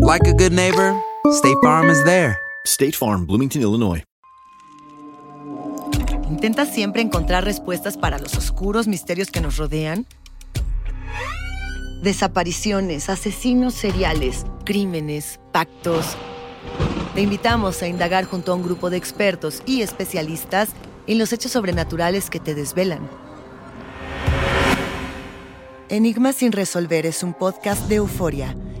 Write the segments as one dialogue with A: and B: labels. A: like a good neighbor, State Farm is there.
B: State Farm, Bloomington, Illinois.
C: ¿Intentas siempre encontrar respuestas para los oscuros misterios que nos rodean? Desapariciones, asesinos seriales, crímenes, pactos. Te invitamos a indagar junto a un grupo de expertos y especialistas en los hechos sobrenaturales que te desvelan. Enigma sin resolver es un podcast de euforia.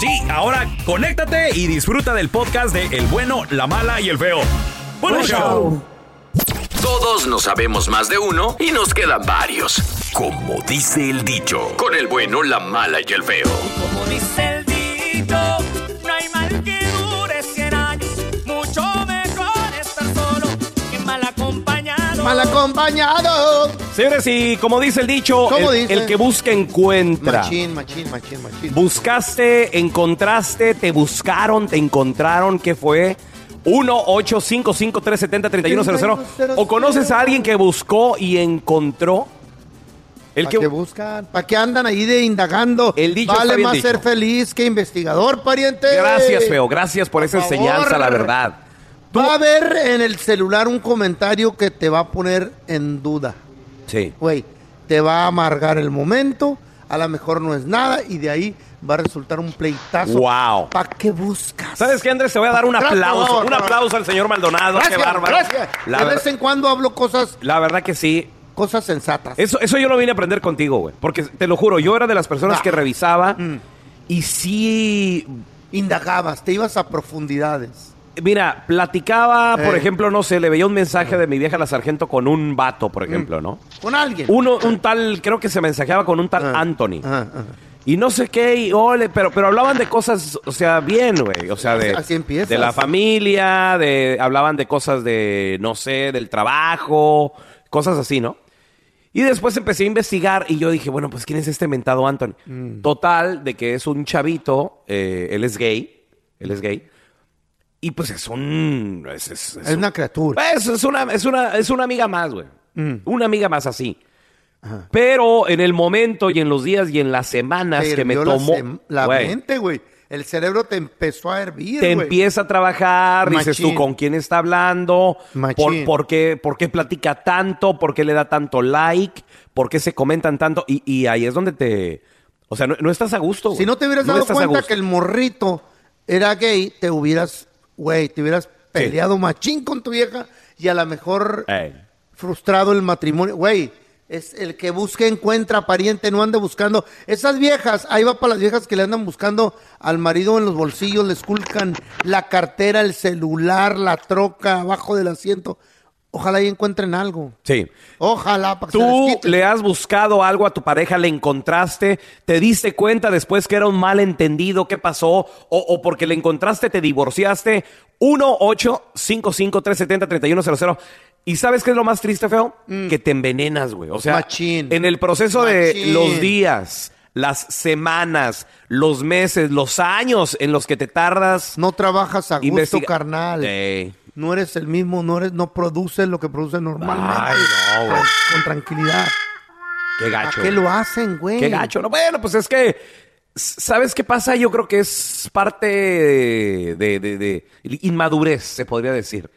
D: Sí, ahora conéctate y disfruta del podcast de El bueno, la mala y el feo. Bueno, show.
E: Todos nos sabemos más de uno y nos quedan varios. Como dice el dicho, con el bueno, la mala y el feo.
F: Como dice el dicho, no hay mal que dure 100 años. Mucho mejor estar solo que mal acompañado.
G: Mal acompañado.
D: Señores, y como dice el dicho,
G: ¿Cómo
D: el,
G: dice?
D: el que busca encuentra.
G: Machín, machín, machín, machín.
D: Buscaste, encontraste, te buscaron, te encontraron, ¿qué fue? 1-855-370-3100. ¿O conoces a alguien que buscó y encontró? El
G: ¿Para qué
D: que
G: buscan? ¿Para qué andan ahí de indagando?
D: El dicho está
G: vale
D: bien
G: más
D: dicho.
G: ser feliz que investigador, pariente.
D: Gracias, feo. Gracias por esa
G: favor.
D: enseñanza, la verdad.
G: Va a haber en el celular un comentario que te va a poner en duda.
D: Sí.
G: Güey, te va a amargar el momento, a lo mejor no es nada y de ahí va a resultar un pleitazo.
D: Wow.
G: ¿Para qué buscas?
D: ¿Sabes qué, Andrés? Te voy a dar un
G: Gracias,
D: aplauso.
G: bravo,
D: Un
G: bravo.
D: aplauso al señor Maldonado.
G: Gracias,
D: qué bárbaro.
G: gracias.
D: La,
G: de
D: ver-
G: vez en cuando hablo cosas,
D: la verdad que sí.
G: cosas sensatas.
D: Eso, eso yo lo vine a aprender contigo, güey. Porque te lo juro, yo era de las personas
G: Ah.
D: que revisaba
G: Mm.
D: y sí
G: Indagabas, te ibas a profundidades.
D: Mira, platicaba, por
G: Eh.
D: ejemplo, no sé, le veía un mensaje de mi vieja la sargento con un vato, por ejemplo,
G: Mm.
D: ¿no?
G: Con alguien.
D: Uno, un tal, creo que se mensajeaba con un tal
G: Ah,
D: Anthony.
G: ah, ah.
D: Y no sé qué, y ole, pero, pero hablaban de cosas, o sea, bien, güey. O sea, de,
G: Así empiezas.
D: de la familia, de, hablaban de cosas de, no sé, del trabajo, cosas así, ¿no? Y después empecé a investigar y yo dije, bueno, pues ¿quién es este mentado Anthony?
G: Mm.
D: Total, de que es un chavito, eh, él es gay, él es gay. Y pues es un... Es, es- es
G: Es
D: un-
G: una criatura. Mm.
D: pues, es una, es una, es una amiga más, güey. Una amiga más así. Pero en el momento y en los días y en las semanas
G: Te
D: que me
G: hirvió la
D: tomó,
G: sem- la,
D: güey,
G: mente, güey. El cerebro te empezó a hervir,
D: te
G: güey.
D: empieza a trabajar, dices tú
G: Machín.
D: con quién está hablando, por,
G: Machín.
D: por qué, por qué platica tanto, por qué le da tanto like, por qué se comentan tanto. Y, y ahí es donde te... O sea, no, no estás a gusto. güey.
G: Si no te hubieras dado
D: estás a
G: cuenta
D: gusto.
G: que el morrito era gay, te hubieras, güey, te hubieras peleado machín con tu vieja y a lo mejor
D: Ey.
G: frustrado el matrimonio. Güey, Es el que busque encuentra pariente, no ande buscando. Esas viejas, ahí va para las viejas que le andan buscando al marido en los bolsillos, les culcan la cartera, el celular, la troca, abajo del asiento. Ojalá ahí encuentren algo.
D: Sí.
G: Ojalá. Para que se
D: Tú
G: les quite.
D: le has buscado algo a tu pareja, le encontraste, te diste cuenta después que era un malentendido, qué pasó, o, o porque le encontraste, te divorciaste. 1 855 370 3100 ¿Y sabes qué es lo más triste, feo?
G: Mm.
D: Que te envenenas, güey. O sea, en el proceso de
G: Machín.
D: los días, las semanas, los meses, los años en los que te tardas.
G: No trabajas a gusto, carnal.
D: Ey.
G: No eres el mismo, no eres, no produces lo que produces normalmente.
D: Ay, no, güey.
G: Con tranquilidad.
D: Qué gacho.
G: ¿A qué lo hacen, güey?
D: Qué gacho. No, bueno, pues es que. s- ¿Sabes qué pasa? Yo creo que es parte de, de- de inmadurez, se podría decir.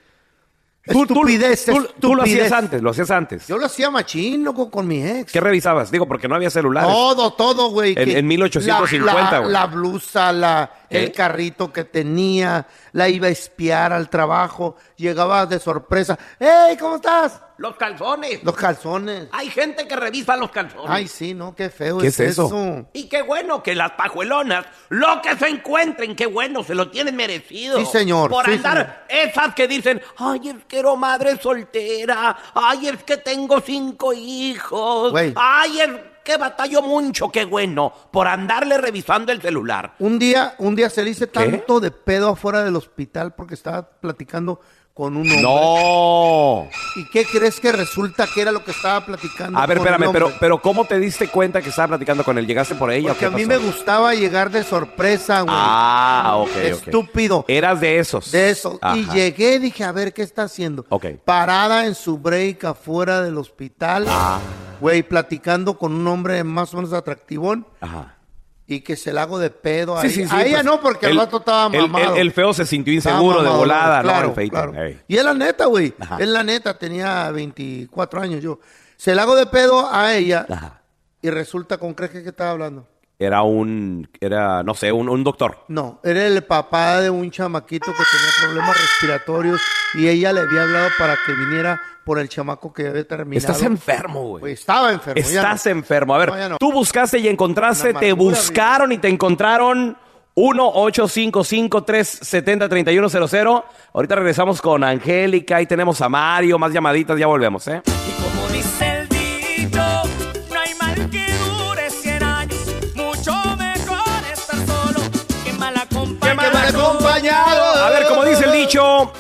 D: Tú, tú-
G: Estupidez,
D: tú- tú lo hacías
G: estupidez.
D: antes, lo hacías antes.
G: Yo lo hacía machín, loco, con mi ex.
D: ¿Qué revisabas? Digo, porque no había celulares.
G: Todo, todo, güey.
D: En-
G: que
D: en 1850,
G: la- la-
D: güey.
G: La, blusa, la,
D: ¿Eh?
G: el carrito que tenía, la iba a espiar al trabajo, llegaba de sorpresa. ¡Ey, ¿cómo estás?
D: Los calzones.
G: Los calzones.
D: Hay gente que revisa los calzones.
G: Ay, sí, ¿no? Qué feo
D: ¿Qué
G: es,
D: es eso?
H: Y qué bueno que las pajuelonas, lo que se encuentren, qué bueno, se lo tienen merecido.
G: Sí, señor,
H: Por
G: sí,
H: andar esas que dicen, ay, es que ero madre soltera, ay, es que tengo cinco hijos,
G: Güey.
H: ay, es que batallo mucho, qué bueno, por andarle revisando el celular.
G: Un día, un día se le hice tanto de pedo afuera del hospital porque estaba platicando con un hombre.
D: ¡No!
G: ¿Y qué crees que resulta que era lo que estaba platicando?
D: A ver,
G: con el
D: espérame, pero,
G: hombre?
D: pero ¿cómo te diste cuenta que estaba platicando con él? ¿Llegaste por ella? o
G: Porque
D: qué
G: a mí
D: pasó?
G: me gustaba llegar de sorpresa, güey.
D: Ah, ok, ok.
G: Estúpido.
D: Eras de esos.
G: De eso. Y
D: Ajá.
G: llegué, dije, a ver, ¿qué está haciendo?
D: Ok.
G: Parada en su break afuera del hospital.
D: Ah.
G: Güey, platicando con un hombre más o menos atractivón
I: Uh-huh.
D: Ajá.
G: y que se la hago de pedo
D: Sí,
G: ahí.
D: sí, sí,
G: a ella
D: pues,
G: no, porque el,
D: el-
G: vato estaba
D: el- el-
G: Ah, mamado.
D: el feo se sintió
G: Estaba
D: inseguro de
G: mamado,
D: volada, ¿no?
G: claro,
D: El feito,
G: claro.
D: ey.
G: Y es la neta, güey.
D: Ajá.
G: Es la neta, tenía 24 años yo. Se la hago de pedo a ella y resulta con crees que que estaba hablando.
D: Era un, era, no sé, un, un doctor.
G: No, era el papá de un chamaquito que tenía problemas respiratorios y ella le había hablado para que viniera por el chamaco que había terminado.
D: Estás enfermo, güey.
G: Pues estaba enfermo. ya no.
D: Estás enfermo. A ver,
G: No, ya no.
D: tú buscaste y encontraste,
G: Una
D: te
G: amargura,
D: buscaron y te encontraron 1-855-370-3100. Ahorita regresamos con Angélica y tenemos a Mario, más llamaditas, ya volvemos, ¿eh?
F: Como dice el dicho, no hay mal que dure 100 años. Mucho mejor estar solo que mal acompañado.
D: A ver, como dice el dicho,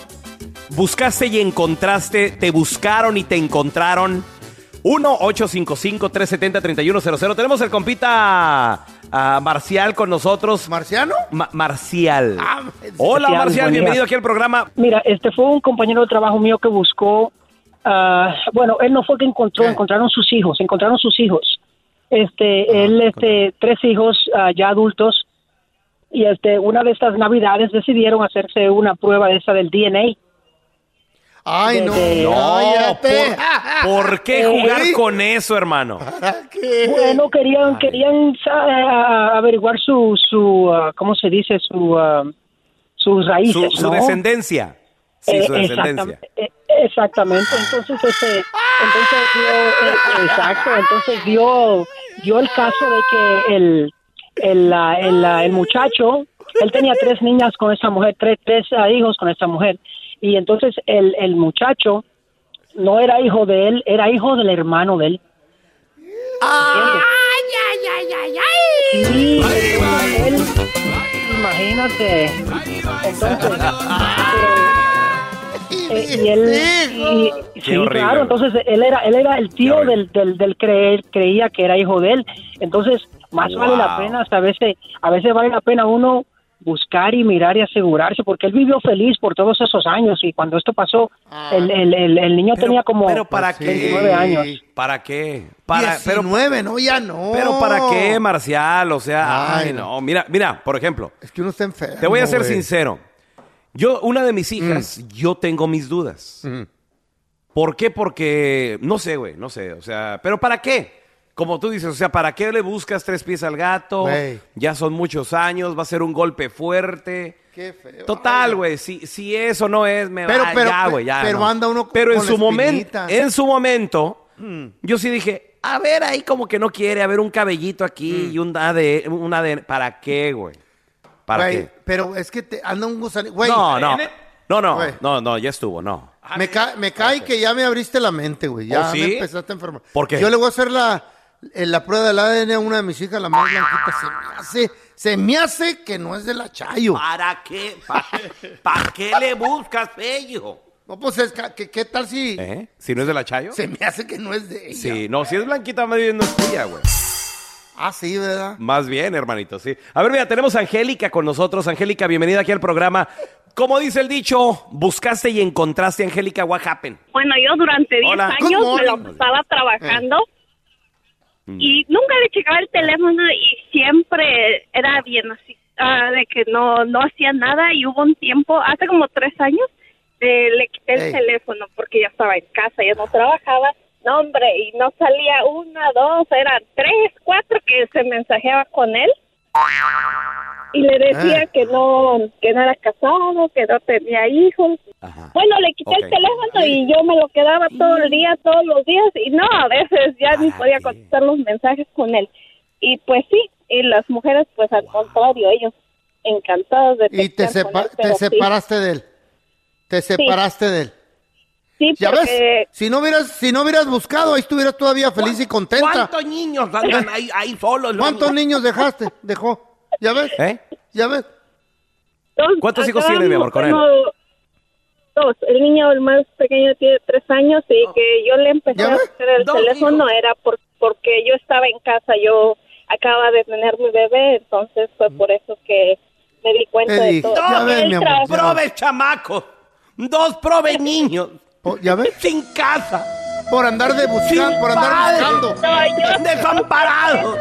D: buscaste y encontraste, te buscaron y te encontraron. 1-855-370-3100. Tenemos el compita ah, Marcial con nosotros.
G: ¿Marciano? Ah,
D: Marcial. Hola, Marcial.
J: Marcial, buen día.
D: Bienvenido aquí al programa.
J: Mira, este fue un compañero de trabajo mío que buscó, ah, bueno, él no fue que encontró, encontraron sus hijos, encontraron sus hijos.
D: Ah,
J: Este, él, este, tres hijos ah, ya adultos y este, una de estas navidades decidieron hacerse una prueba de esa del DNA.
G: Ay, no.
D: No,
G: cállate.
D: ¿por, por qué
J: Eh,
D: jugar
J: ¿eh?
D: con eso, hermano?
J: Bueno, querían, querían ah, averiguar su, su, ah, ¿cómo se dice? Su, ah, sus raíces,
D: Su, su
J: ¿no?
D: descendencia. Sí, su
J: Eh,
D: descendencia.
J: exactam- eh, Exactamente, entonces este, entonces dio, eh, exacto, entonces dio, dio el caso de que el, el, ah, el, ah, el muchacho, él tenía tres niñas con esa mujer, tres, tres ah, hijos con esa mujer, y entonces el, el muchacho no era hijo de él, era hijo del hermano de él. Sí, él- imagínate. Entonces, pero, eh, y él, y-
F: Qué
J: sí,
F: horrible.
J: claro, entonces él era, él era el tío del, del, del creer, creía que era hijo de él. Entonces, más vale
F: Wow.
J: la pena, hasta a veces, a veces vale la pena uno buscar y mirar y asegurarse, porque él vivió feliz por todos esos años y cuando esto pasó, el, el, el, el niño tenía como
D: Pero para
G: Pues
D: qué?
J: 29 años.
D: ¿Para qué? Para, pero-
G: 19, no, ya no.
D: Pero ¿para qué, Marcial? O sea, ay, no. Mira, mira, por ejemplo,
G: Es que uno está enfermo.
D: te voy a ser
G: güey. Mm.
D: sincero. Yo, una de mis hijas, yo tengo mis dudas. ¿Por qué? Porque, no sé, güey, no sé. O sea, pero ¿para qué? Como tú dices, o sea, ¿para qué le buscas tres pies al gato?
G: Güey.
D: Ya son muchos años, va a ser un golpe fuerte.
G: Qué feo.
D: Total, güey, si, si eso no es, me
G: Eh, Pero-
D: va,
G: pero-
D: ya, güey, ya.
G: pero
D: no.
G: anda uno
D: Pero en
G: con la
D: su momento,
G: espinita.
D: en su momento, yo sí dije,
K: A ver, ahí como que no quiere, a ver un cabellito
G: Mm.
K: aquí y un ADN, un ADN. ¿Para qué, güey? ¿Para
G: Güey,
K: qué?
G: Pero es que te anda un gusanito. Güey,
K: no, no, no, no,
G: Güey.
K: no, no, ya estuvo, no.
G: Me, ca- me cae que ya me abriste la mente, güey. Ya
K: ¿Oh, sí?
G: me empezaste a enfermar.
K: ¿Por qué?
G: Yo le voy a hacer la, eh, la prueba del ADN a una de mis hijas, la más blanquita. Se me hace, se me hace que no es de la Chayo.
D: Ah,
L: ¿Para qué? ¿Para qué le buscas, pello?
G: No, pues es ca- que, ¿qué tal si
K: ¿Eh? ¿Si no es de la Chayo?
G: se me hace que no es de ella?
K: Sí, no, si es blanquita, más bien no es tuya, güey.
G: Ah, sí, ¿verdad?
K: Más bien, hermanito, sí. A ver, mira, tenemos a Angélica con nosotros. Angélica, bienvenida aquí al programa. Como dice el dicho, buscaste y encontraste, Angélica, what happened.
M: Bueno, yo durante 10
K: Hola.
M: años
K: Good
M: me lo
K: morning. Eh. Mm.
M: pasaba trabajando y nunca le llegaba el teléfono y siempre era bien así, ah, de que no, no hacía nada y hubo un tiempo, hace como tres años, eh, le quité el
D: Ey.
M: teléfono porque ya estaba en casa, ya no trabajaba. No, hombre, y no salía una, dos, eran tres, cuatro que se mensajeaba con él y le decía
D: Ah.
M: que no que no era casado, que no tenía hijos. Bueno, le quité
D: Ok.
M: el teléfono y yo me lo quedaba todo el día, todos los días y no, a veces ya ni podía contestar los mensajes con él. Y pues sí, y las mujeres pues al contrario, ellos encantados de
G: Y te,
M: textear con
G: sepa-
M: él,
G: te
M: pero sí.
G: separaste de él. Te separaste de él.
M: Sí,
G: ¿Ya
M: porque-
G: ves? Si no, hubieras, si no hubieras buscado, ahí estuvieras todavía feliz y contenta.
L: ¿Cuántos niños andan ahí, ahí solos? luego?
G: ¿Cuántos niños dejaste? Dejó. ¿Ya ves?
K: ¿Eh?
G: ¿Ya ves?
M: Entonces,
K: ¿Cuántos hijos
M: acá
K: tiene, mi amor, con él?
M: tengo Dos. El niño, el más pequeño, tiene tres años
K: Oh.
M: y que yo le empecé a hacer el teléfono era por, porque yo estaba en casa. Yo acaba de tener mi bebé, entonces fue
K: Mm.
M: por eso que me di cuenta de todo.
L: Dos
M: Porque él trabajaba-
L: probes chamacos, dos probes niños.
G: Oh, ¿Ya ves?
L: Sin casa.
G: Por andar de buscar, por andar buscando.
L: Desamparado.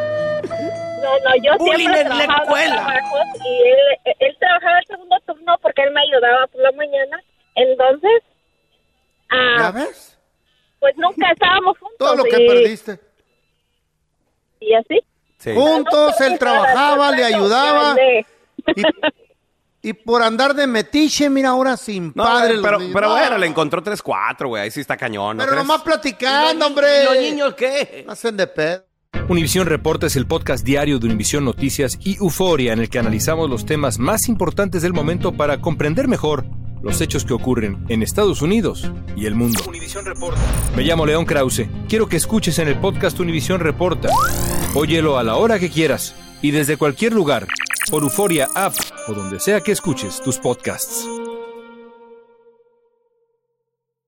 M: No, no, yo
L: Bullying
M: siempre
L: en la
M: trabajaba
L: escuela.
M: dos trabajos y él, él trabajaba el segundo turno porque él me ayudaba por la mañana. Entonces, ah, pues nunca estábamos juntos.
G: Todo lo que
M: y-
G: perdiste.
M: Y así.
G: Juntos, él trabajaba, le ayudaba.
M: Grande.
G: Y, y por andar de metiche, mira, ahora sin
K: No,
G: padre.
K: güey,
G: los
K: pero,
G: niños.
K: pero
G: No,
K: bueno, le encontró tres, cuatro, güey. Ahí sí está cañón. ¿no
G: Pero
K: crees?
G: nomás platicando, hombre. ¿Los niños qué? Hacen de pedo.
N: Univisión Reporta es el podcast diario de Univisión Noticias y Euforia en el que analizamos los temas más importantes del momento para comprender mejor los hechos que ocurren en Estados Unidos y el mundo. Me llamo León Krause. Quiero que escuches en el podcast Univisión Reporta. Óyelo a la hora que quieras y desde cualquier lugar por Euforia App o donde sea que escuches tus podcasts.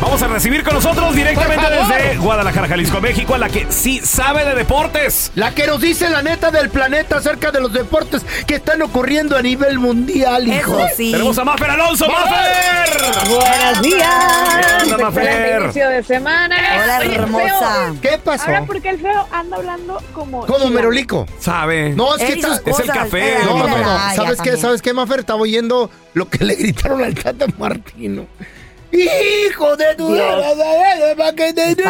K: Vamos
D: vamos a recibir con nosotros directamente
G: Por favor.
D: desde Guadalajara, Jalisco, México, a la que sí sabe de deportes.
G: La que nos dice la neta del planeta acerca de los deportes que están ocurriendo a nivel mundial, hijo.
D: Tenemos a Mafer Alonso.
G: ¡Vamos!
D: ¡Mafer!
G: Buenos días.
D: Hola,
G: Excelente
D: Mafer.
G: inicio
O: de semana.
G: Hola,
O: Oye,
G: hermosa.
O: feo. ¿eh?
G: ¿Qué pasó?
O: Ahora, porque el feo anda hablando como.
G: ¿Cómo, Merolico?
D: Sabe.
G: No, es
O: Él
G: que
O: y sus
G: está-
O: cosas, Es el café, él
G: No,
O: habla.
G: no, no.
O: Ah, ya
G: ¿Sabes qué?
O: también.
G: ¿Sabes qué, Mafer? Estaba oyendo lo que le gritaron al Tata Martino. ¡Hijo de tu... ¿Para qué te
P: qué,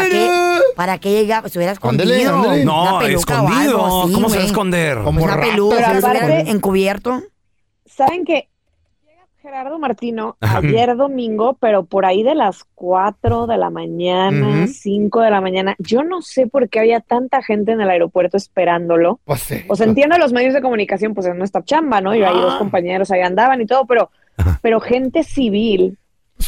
P: ¿Para qué llega? Se hubiera escondido.
G: Ándele, ándele.
D: No,
P: Una peluca o algo
D: escondido.
P: así,
D: ¿Cómo se va a
P: güey.
D: esconder?
P: Pues una
D: Como
P: peluca,
O: rata.
P: se hubiera
O: Pero aparte-
P: encubierto.
O: ¿Saben qué? Llega Gerardo Martino
P: Ajá.
O: ayer domingo, pero por ahí de las 4 de la mañana,
G: Ujú.
O: 5 de la mañana. Yo no sé por qué había tanta gente en el aeropuerto esperándolo.
G: Pues sí.
O: O sea, entiendo los medios de comunicación, pues es nuestra chamba, ¿no? Y ahí
G: Ah.
O: los compañeros ahí andaban y todo, pero, pero gente civil.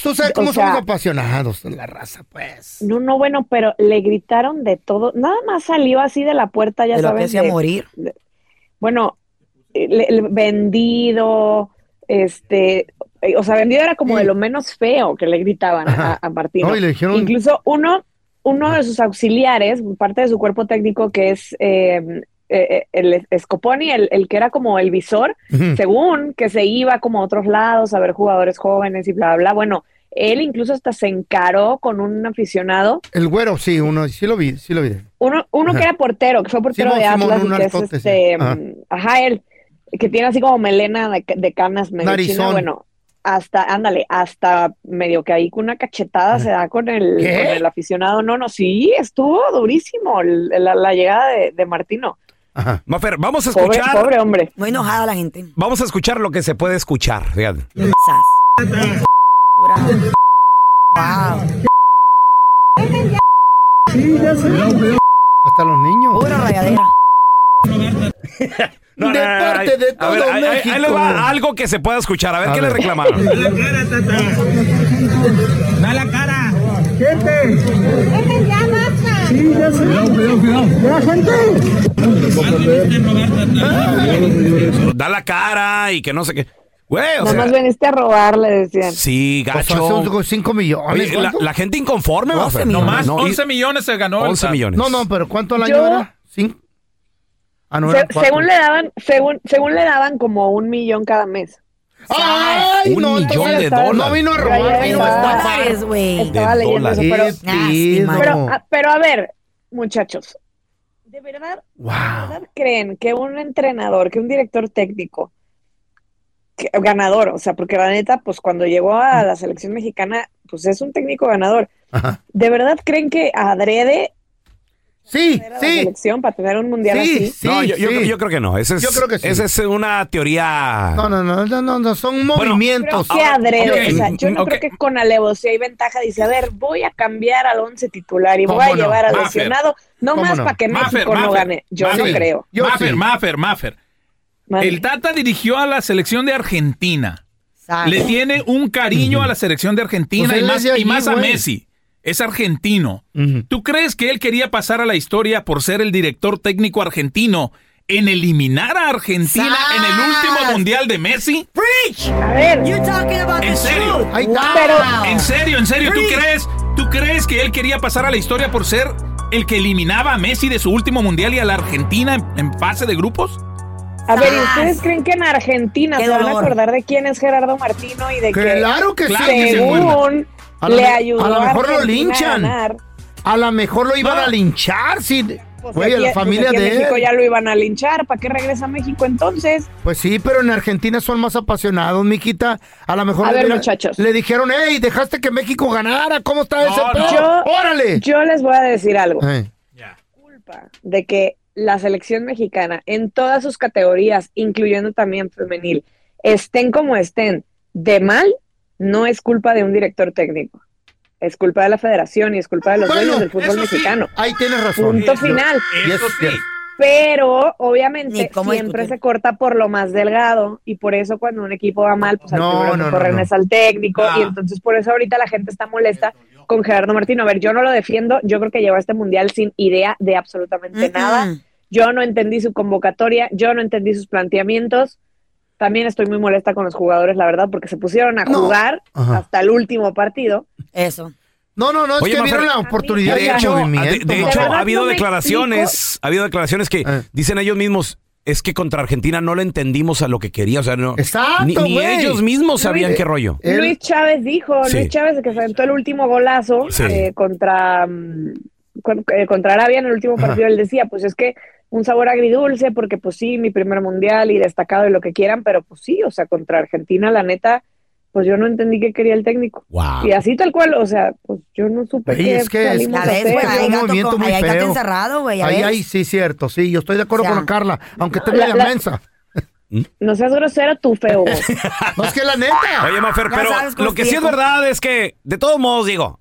G: Tú sabes cómo
O: o sea,
G: somos apasionados en la raza, pues.
O: No, no, bueno, pero le gritaron de todo. Nada más salió así de la puerta, ya
P: De lo que
O: sabes.
P: hacía morir.
O: de- bueno, el, el vendido, este, eh, o sea, vendido era como de lo menos feo que le gritaban a, a Martino.
G: No, y le dijeron-
O: Incluso uno, uno de sus auxiliares, parte de su cuerpo técnico, que es eh, eh, el Scoponi, el, el que era como el visor,
Q: Ujú.
O: según que se iba como a otros lados a ver jugadores jóvenes y bla, bla, bla. Bueno, él incluso hasta se encaró con un aficionado
G: El güero, sí, uno, sí lo vi, sí lo vi.
O: uno, uno que
G: Ajá.
O: era portero, que fue portero
G: Simón,
O: de
G: Simón,
O: Atlas
G: un
O: y que es
G: altote, sí.
O: este,
G: Ajá.
O: mm, ajá, él, que tiene así como melena de, de canas medio
G: Narizón.
O: china, bueno, hasta, ándale, hasta medio que ahí con una cachetada se da con el,
G: ¿Qué?
O: con el aficionado, no, no, sí, estuvo durísimo el- la, la llegada de, de Martino.
D: Mafer, vamos a
O: Pobre-
D: escuchar.
O: pobre hombre.
P: Muy enojada la gente.
D: Vamos a escuchar lo que se puede escuchar. Fíjate.
G: Hasta los niños.
D: No, no,
G: de
D: no, no,
G: parte
D: ahí-
G: de
D: a
G: todo
D: ver, ahí- ahí-
G: México.
D: ahí les va algo que se pueda escuchar. A ver
G: A
D: qué le
G: ver.
D: reclamaron.
F: Da la cara. Gente. ya basta. Sí, ya se.
D: Da la cara y que no sé qué. Güey, o
O: Nada
D: sea,
O: más veniste a robar, le decían.
D: sí,
G: Pues,
D: gacho.
G: Son 5 millones.
D: Oye, la,
G: ¿cuánto?
D: la gente inconforme, Mafer.
N: Nomás
D: No, y-
N: 11 millones se ganó. el
D: 11
N: SAT.
D: millones.
G: No, no, pero ¿cuánto al año
O: Yo-
G: era? ¿Cinco? Ah, no,
O: Se-
G: era cuatro.
O: según le daban, según, según le daban como un millón cada mes.
G: ¡Ay,
D: Un
G: no!
D: millón de
G: estaba-
D: dólares.
G: No vino a robar,
O: Ay,
G: vino a
O: ay,
G: estafar.
O: ay,
P: güey.
O: Estaba
D: De
O: leyendo eso, pero,
G: dólares. Qué
O: Ah,
G: pedo.
O: pero, a- pero a ver, muchachos, ¿de verdad, de verdad creen que un entrenador, que un director técnico, que- ganador, o sea, porque la neta, pues cuando llegó a la selección mexicana, pues es un técnico ganador.
G: Ajá.
O: ¿De verdad creen que adrede
G: sí,
O: la selección para tener un mundial así?
D: No, yo, yo- yo creo que no. Ese es,
G: Yo creo que sí.
D: Esa es una teoría.
G: No, no, no, no, no, no, son
O: Creo
G: movimientos.
O: que adrede,
D: ok,
O: o sea, yo
G: Mm,
O: no
D: ok.
O: creo que con alevosía y ventaja dice, a ver, voy a cambiar al once titular y voy
N: ¿Cómo
O: a
N: no?
O: llevar al
N: Mafer.
O: lesionado, no
N: ¿Cómo
O: más
N: no?
O: para que
N: Mafer,
O: México no
N: Mafer,
O: gane. Yo
N: Mafer,
O: no creo.
N: Mafer, Mafer, Mafer. El Tata dirigió a la selección de Argentina.
P: Ah.
O: Exacto.
N: Le tiene un cariño a la selección de Argentina
G: Pues él
N: y
G: es
N: más,
G: de
N: y
G: allí,
N: más a
G: güey.
N: Messi. Es argentino. ¿Tú crees que él quería pasar a la historia por ser el director técnico argentino en eliminar a Argentina en el último mundial de Messi?
O: A ver.
N: ¿En serio?
R: Ah.
N: ¿En serio? ¿En serio? ¿Tú crees, ¿Tú crees que él quería pasar a la historia por ser el que eliminaba a Messi de su último mundial y a la Argentina en, en fase de grupos?
O: A ver, ¿y
G: Ah.
O: ¿ustedes creen que en Argentina
N: Qué
O: se van a
N: dolor.
O: acordar de quién es Gerardo Martino y de que
G: Claro que sí.
O: según
G: A lo
O: le
G: me-
O: ayudó
G: A lo mejor lo
O: Argentina
G: linchan.
O: a ganar?
G: A lo mejor lo iban
O: No.
G: a linchar. Sí.
O: Pues
G: Güey, a
O: aquí-
G: la
O: pues
G: familia
O: aquí en
G: de
O: México
G: él.
O: ya lo iban a linchar, ¿para qué regresa a México entonces?
G: Pues sí, pero en Argentina son más apasionados, miquita. A lo mejor
O: A
G: le,
O: ver,
G: le-
O: muchachos.
G: le dijeron, hey, dejaste que México ganara. ¿Cómo está ese pedo?
O: Yo-
G: ¡Órale!
O: Yo les voy a decir algo.
G: Eh.
O: de que la selección mexicana, en todas sus categorías, incluyendo también femenil, estén como estén, de mal, no es culpa de un director técnico. Es culpa de la federación y es culpa de los
G: Bueno,
O: dueños del fútbol
G: eso sí,
O: mexicano.
G: Ahí tienes razón.
O: Punto
G: Eso-
O: final.
G: Y es cierto.
O: Pero
P: Ni
O: obviamente
P: cómo
O: siempre se corta por lo más delgado y por eso cuando un equipo va mal, pues al
G: No,
O: primero que
G: no, no,
O: corren
G: no.
O: es al técnico
G: Ah.
O: y entonces por eso ahorita la gente está molesta con Gerardo Martino. A ver, yo no lo defiendo, yo creo que lleva este mundial sin idea de absolutamente nada. Yo no entendí su convocatoria, yo no entendí sus planteamientos. También estoy muy molesta con los jugadores, la verdad, porque se pusieron a jugar
G: Ajá.
O: hasta el último partido.
P: Eso.
G: No, no, no, es
D: Oye,
G: que
D: Mafer,
G: vieron la oportunidad
D: de
G: y el
D: hecho,
G: movimiento.
D: de- de
G: Mafer.
D: hecho, ha habido declaraciones, ha habido declaraciones que
G: Eh.
D: dicen ellos mismos, es que contra Argentina no le entendimos a lo que quería, o sea, no,
G: Exacto,
D: ni, ni
G: güey.
D: ellos mismos sabían
G: Luis, Eh,
D: qué rollo.
O: Luis Chávez dijo,
D: Sí.
O: Luis Chávez el que se aventó el último golazo
D: Sí.
O: eh, contra, mm, con- eh, contra Arabia en el último
G: Ajá.
O: partido, él decía, pues es que un sabor agridulce, porque pues sí, mi primer mundial y destacado y lo que quieran, pero pues sí, o sea, contra Argentina, la neta, pues yo no entendí qué quería el técnico.
D: Wow.
O: Y así tal cual, o sea, pues yo no supe
G: Oye,
O: qué
G: es que es
O: salimos a hacer.
G: un movimiento muy
P: ahí gato
G: feo.
P: encerrado, güey, ya
G: Ahí,
P: ves.
G: ahí, sí, cierto, sí, yo estoy de acuerdo
P: O sea,
G: con Carla, aunque tenga
O: la-
G: la,
O: la-
G: mensa.
O: No seas grosero tú, feo.
G: No, es que la neta.
D: Oye, Mafer, pero lo que sí es verdad es que, de todos modos, digo,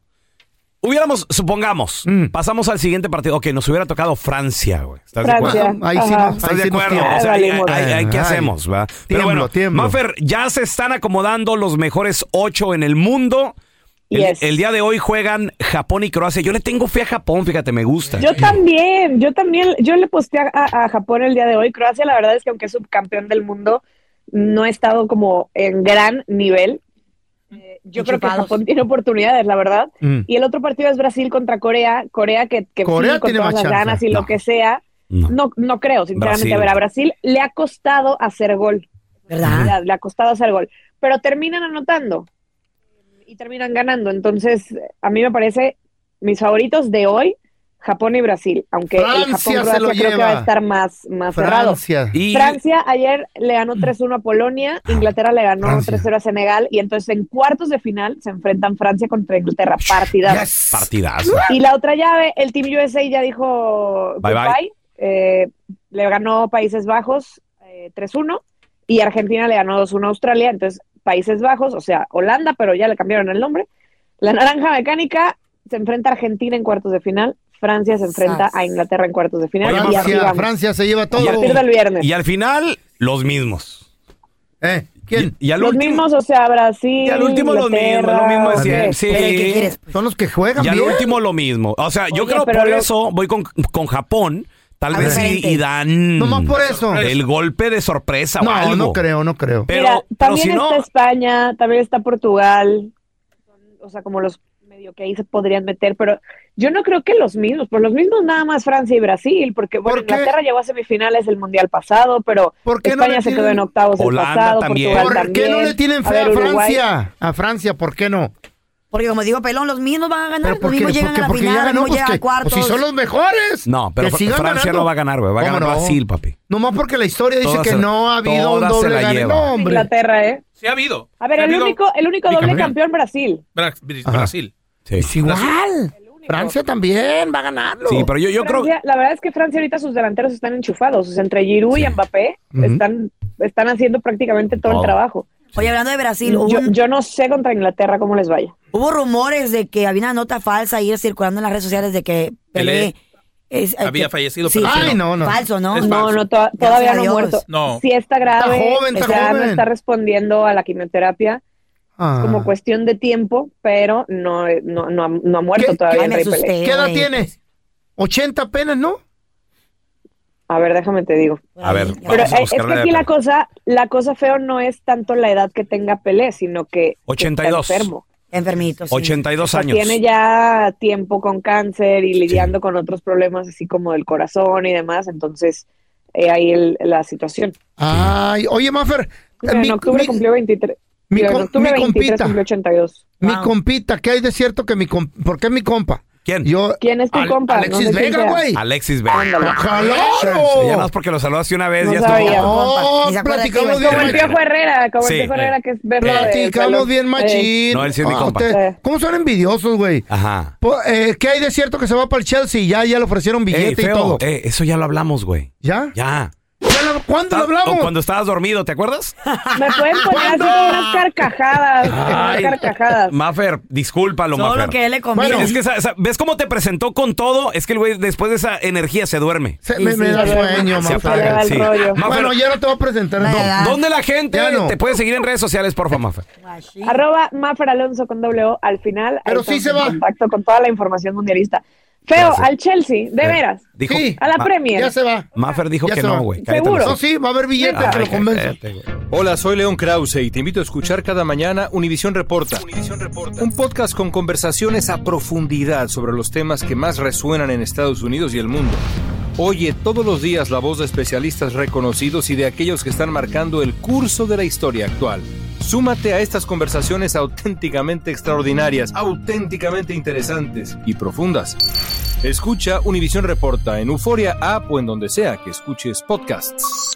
D: hubiéramos, supongamos,
G: Mm.
D: pasamos al siguiente partido, ok, nos hubiera tocado Francia, güey. ¿Estás de
G: Francia,
D: acuerdo?
G: Ahí sí ajá. no-
D: ¿Estás
G: ahí
D: de
G: sí no
D: acuerdo?
G: tiembla.
D: O sea, ahí,
G: Ay,
D: ahí- ahí- ahí ¿qué
G: ay.
D: hacemos, va? pero
G: Tiemblo,
D: bueno,
G: tiemblo.
D: Mafer, ya se están acomodando los mejores ocho en el mundo. El,
O: Yes.
D: el día de hoy juegan Japón y Croacia. Yo le tengo fe a Japón, fíjate, me gusta.
O: Yo también, yo también, yo le posté a, a- a Japón el día de hoy. Croacia, la verdad es que aunque es subcampeón del mundo, no ha estado como en gran nivel. Eh, yo creo que
P: Enchufados.
O: Japón tiene oportunidades, la verdad.
P: Mm.
O: Y el otro partido es Brasil contra Corea. Corea que, que
P: Corea
O: sí, con
P: tiene
O: todas
P: más
O: las
P: chance.
O: ganas y
P: No.
O: lo que sea.
D: No,
O: no, creo, sinceramente.
P: Brasil.
O: A ver, a Brasil le ha costado hacer gol.
P: ¿Verdad?
O: Le ha- Le ha costado hacer gol. Pero terminan anotando y terminan ganando. Entonces, a mí me parece mis favoritos de hoy, Japón y Brasil. Aunque el
G: Francia se
O: Japón-Croacia
G: lo
O: creo que va
G: lleva.
O: a estar más, más cerrado.
G: Francia.
O: Francia ayer le ganó 3-1 a Polonia, Inglaterra le ganó
G: Francia.
O: 3-0 a Senegal y entonces en cuartos de final se enfrentan Francia contra Inglaterra. Partida.
D: Partidazo.
O: Y la otra llave, el Team USA ya dijo
D: Bye, bye.
O: goodbye. Eh, le ganó Países Bajos eh, 3-1 y Argentina le ganó 2-1 a Australia. Entonces, Países Bajos, o sea, Holanda, pero ya le cambiaron el nombre. La Naranja Mecánica se enfrenta a Argentina en cuartos de final. Francia se enfrenta a Inglaterra en cuartos de final. y así
G: Francia,
O: pues, vamos.
G: Francia se lleva todo.
D: Y al-
O: viernes.
D: Y al final, los mismos.
G: ¿Eh? ¿Quién?
D: Y, y al
O: los
D: último-
O: mismos, o sea, Brasil.
D: Y al último lo mismo, lo mismo de siempre. Sí.
G: Son los que juegan
D: Y al
G: bien.
D: último lo mismo. O sea, yo
G: Oye,
D: creo
G: pero
D: por
G: lo-
D: eso voy con, con Japón. Tal
G: A
D: vez
G: ver.
D: y, y dan.
G: Nomás por eso.
D: El golpe de sorpresa o
G: No,
D: algo.
G: no creo, no creo.
D: Pero,
O: Mira,
D: pero
O: también
D: si no.
O: está España, también está Portugal, Son, o sea, como los medio que ahí se podrían meter, pero yo no creo que los mismos, por los mismos nada más Francia y Brasil, porque bueno,
G: ¿Por qué?
O: Inglaterra llegó a semifinales el Mundial pasado, pero
G: ¿Por qué no
O: España
G: le
O: se
G: tienen-
O: quedó en octavos el pasado,
G: ¿Por
O: Portugal
G: qué
O: también.
G: no le tienen fe
O: ver,
G: a
O: Uruguay.
G: Francia? A Francia, ¿por qué no?
P: Porque como digo, Pelón, los mismos van a ganar,
G: Pero
P: los
G: ¿por qué?
P: mismos llegan
G: Porque-
P: a la
G: porque
P: final,
G: ya
P: los
G: ganó,
P: mismos
G: pues,
P: llegan a
G: que- pues,
P: cuartos.
G: si son los mejores.
D: No, pero
G: Que sigan
D: Francia
G: ganando.
D: no va a ganar, güey. Va a
G: ¿Cómo
D: ganar
G: no?
D: Brasil, papi.
G: Nomás porque la historia dice
D: Todas
G: que
D: se-
G: no ha habido un
D: todas se
G: doble
D: la
G: gane.
D: llevan.
G: No, hombre.
O: Inglaterra, ¿eh?
S: Sí ha habido.
O: A ver,
S: Sí ha
O: el
S: habido
O: único, el único
S: Y
O: doble
S: campeón.
O: campeón Brasil.
S: Bra- Br- Brasil.
G: Es igual. Francia también va a ganarlo.
D: Sí, pero yo, yo creo.
O: Francia- La verdad es que Francia ahorita sus delanteros están enchufados, o sea, entre Giroud y Mbappé
D: Ujú.
O: están, están haciendo prácticamente
D: Oh.
O: todo
P: Todo.
O: el trabajo.
P: Oye, hablando de Brasil, hubo,
O: yo,
P: un-
O: yo no sé contra Inglaterra cómo les vaya.
P: hubo rumores de que había una nota falsa ahí circulando en las redes sociales de que Pelé...
S: Pelé
P: es-
S: había
P: que-
S: fallecido,
P: sí,
S: pero
P: sí,
S: Ay, no, no.
P: Falso, ¿no?
S: Es falso.
O: No, no, to- todavía
P: a
O: no ha
P: Dios.
O: muerto.
S: No.
O: Sí está grave,
G: Está joven, está
O: ya no
G: joven.
O: está respondiendo a la quimioterapia
G: Ah.
O: como cuestión de tiempo, pero no, no, no, ha, no ha muerto todavía el Rey Pelé.
G: ¿Qué edad tiene? 80 apenas, ¿no?
O: A ver, déjame te digo.
D: A ver,
O: Pero
D: vamos a
O: eh, es que
D: buscar una de
O: aquí la cosa, la cosa feo no es tanto la edad que tenga Pelé, sino que que
D: 82.
O: está enfermo.
P: Enfermito,
D: Pues sí. 82 años.
O: Tiene ya tiempo con cáncer y lidiando con otros problemas así como del corazón y demás, entonces eh, ahí el- la situación.
G: Ay, oye, Maffer.
O: Mira, en octubre cumplió 23.
G: mi
O: Mira, en
G: com-
O: octubre
G: mi
O: 23
G: compita.
O: cumplió 82.
G: Mi compita, ¿qué hay de cierto que mi compa? ¿Por qué mi compa?
D: ¿Quién?
G: Yo,
O: ¿Quién es tu compa? No
G: Alexis
O: sé quién
G: Vega,
O: sea.
G: güey.
D: Alexis Vega.
G: Ándale. ¡Ojalá!
D: Sí, Ya no es porque lo saludaste una vez.
O: No
D: ya
O: sabía.
G: No, Ni se acuerda de ti, platicamos güey. bien
O: Como el
G: machín.
O: Piojo Herrera, como
D: Sí.
O: el Piojo Herrera, que es eh, verlo de-
G: Platicamos
O: salón.
G: bien machín. Ah,
D: Eh. No, él sí es mi compa.
G: ¿Cómo son envidiosos, güey?
D: Ajá.
G: Po- eh, ¿Qué hay de cierto que se va para el Chelsea? Ya, ya le ofrecieron
D: Ey,
G: billete y
D: feo,
G: todo.
D: eh, eso ya lo hablamos, güey.
G: ¿Ya?
D: Ya.
G: ¿Cuándo lo
D: Ah, O
G: hablamos?
D: Cuando estabas dormido, ¿te acuerdas?
O: Me pueden poner así como unas carcajadas, como unas
D: Ay.
O: carcajadas.
D: Mafer, discúlpalo,
O: Solo
D: Mafer.
O: que le conviene.
D: Bueno, es que, sa- sa- ¿ves cómo te presentó con todo? Es que el güey, después de esa energía, se duerme.
G: Se- me, me da sueño,
D: Se
G: Mafer.
D: apaga, sí. Mafer,
G: Bueno, ya no te voy a presentar.
D: ¿dó-
G: entonces.
D: ¿dónde la gente
G: Ya no.
D: te puede seguir en redes sociales, por favor, Mafer?
O: Arroba Mafer Alonso con doble O al final. ahí
G: Pero sí
O: estamos
G: se
O: en
G: va.
O: contacto con toda la información mundialista. Feo, al Chelsea, de veras.
D: Dijo-
O: a la
D: Ma-
O: Premier.
G: Ya se va.
D: Mafer dijo
G: Ya
D: que
G: se va.
D: no, güey. Cállate
G: Seguro.
D: los
G: No,
D: ojos.
G: sí, va a haber billete
D: Ay,
G: que lo
D: cállate,
G: convence.
D: güey.
N: Hola, soy León Krause y te invito a escuchar cada mañana Univisión Reporta. Un podcast con conversaciones a profundidad sobre los temas que más resuenan en Estados Unidos y el mundo. Oye todos los días la voz de especialistas reconocidos y de aquellos que están marcando el curso de la historia actual. Súmate a estas conversaciones auténticamente extraordinarias, auténticamente interesantes y profundas. Escucha Univisión Reporta en Euforia App o en donde sea que escuches podcasts.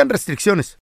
G: restricciones.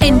Q: En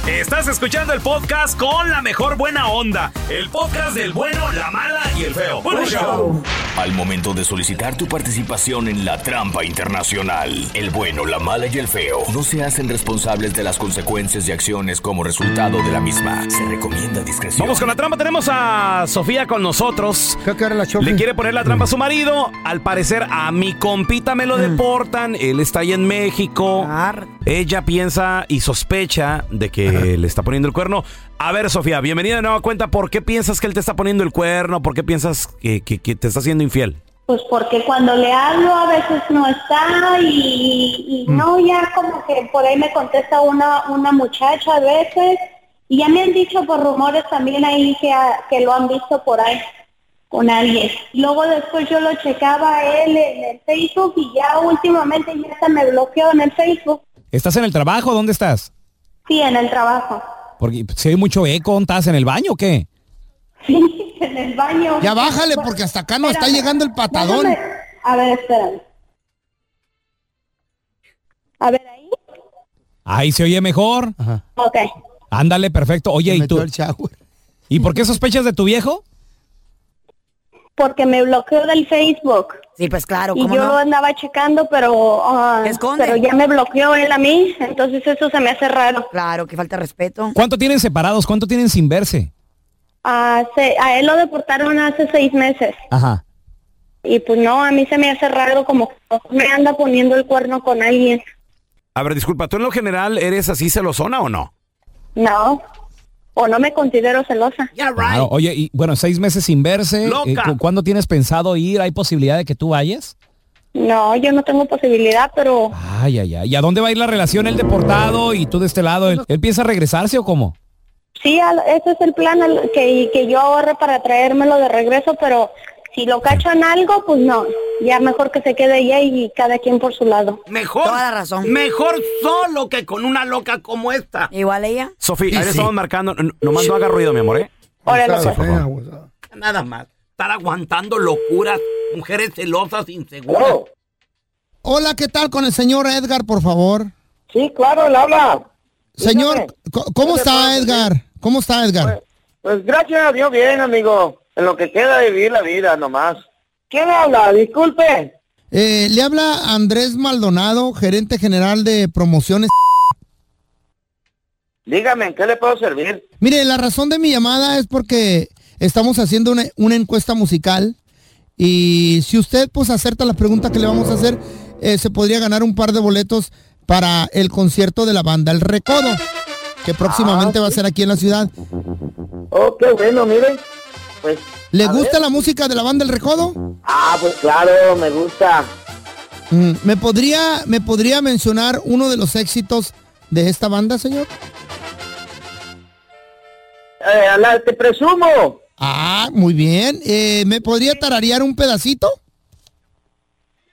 D: Estás escuchando el podcast con la mejor buena onda. El podcast del bueno, la mala y el feo. ¡Buen show!
E: Al momento de solicitar tu participación en la trampa internacional, el bueno, la mala y el feo no se hacen responsables de las consecuencias y acciones como resultado de la misma. Se recomienda discreción.
D: Vamos con la trampa. Tenemos a Sofía con nosotros. Le quiere poner la trampa a su marido. Al parecer, a mi compita me lo deportan. Él está ahí en México. Ella piensa y sospecha de que le está poniendo el cuerno. A ver, Sofía, bienvenida de nueva cuenta. ¿Por qué piensas que él te está poniendo el cuerno? ¿Por qué piensas que, que- que te está siendo infiel?
T: Pues porque cuando le hablo a veces no está y, y no, ya como que por ahí me contesta una, una muchacha a veces. Y ya me han dicho por rumores también ahí que, a- que lo han visto por ahí con alguien. Luego después yo lo checaba a él en el Facebook y ya últimamente ya hasta me bloqueó en el Facebook.
U: ¿Estás en el trabajo? ¿Dónde estás?
T: Sí, en el trabajo.
U: Porque si hay mucho eco, ¿estás en el baño o qué?
T: Sí, en el baño.
G: Ya bájale, porque hasta acá no está llegando el patadón.
T: Déjame- A ver, espérame. A ver, ahí.
U: Ahí se oye mejor.
T: Ok.
U: Ándale, perfecto. Oye, ¿y tú? ¿Y por qué sospechas de tu viejo?
T: Porque me bloqueó del Facebook.
P: Sí, pues claro,
T: Y yo
P: ¿cómo no?
T: lo andaba checando, pero, ah, pero ya me bloqueó él a mí, entonces eso se me hace raro.
P: Claro, que falta de respeto.
U: ¿Cuánto tienen separados? ¿Cuánto tienen sin verse?
T: Ah, se- a él lo deportaron hace seis meses
U: Ajá.
T: y pues no, a mí se me hace raro como que me anda poniendo el cuerno con alguien.
D: A ver, disculpa, ¿tú en lo general eres así celosona o no?
T: No, o no me considero celosa.
U: Claro. Oye, y bueno, seis meses sin verse. eh,
T: Loca.
U: ¿cu- ¿Cuándo tienes pensado ir? ¿Hay posibilidad de que tú vayas?
T: No, yo no tengo posibilidad, pero
U: Ay, ay, ay. ¿Y a dónde va a ir la relación? ¿El deportado y tú de este lado? ¿Él, él piensa regresarse o cómo?
T: Sí, al- ese es el plan al- que, que yo ahorre para traérmelo de regreso, pero si lo cachan algo, pues no. Ya mejor que se quede allá y cada quien por su lado.
L: Mejor.
T: Toda la razón.
L: Mejor solo que con una loca como esta.
P: Igual ella.
D: Sofía, ahí le
L: sí.
D: estamos marcando. N- Nomás no haga ruido, mi amor, ¿eh?
L: Órale, pues.
D: Por favor.
L: Nada más. Estar aguantando locuras, mujeres celosas, inseguras.
G: Hola, ¿qué tal con el señor Edgar, por favor?
R: Sí, claro, le habla.
G: Señor,
R: Dígame.
G: co- ¿cómo
R: ¿Qué le
G: está
R: puedo
G: Edgar? ¿Cómo está Edgar?
R: Pues gracias a Dios, bien, amigo. En lo que queda de vivir la vida, nomás. ¿Quién habla? Disculpe.
G: Eh, le habla Andrés Maldonado, gerente general de promociones.
R: Dígame, ¿en qué le puedo servir?
G: Mire, la razón de mi llamada es porque estamos haciendo una, una encuesta musical y si usted pues acerta la pregunta que le vamos a hacer, eh, se podría ganar un par de boletos para el concierto de la banda El Recodo, que próximamente va a ser aquí en la ciudad.
R: Ah, Oh, qué bueno, mire. Pues,
G: ¿Le gusta la música de la banda El Recodo?
R: ah, pues claro, me gusta.
G: Mm, ¿Me podría, ¿Me podría mencionar uno de los éxitos de esta banda, señor?
R: Eh, la, te presumo.
G: Ah, muy bien. Eh, ¿Me podría tararear un pedacito?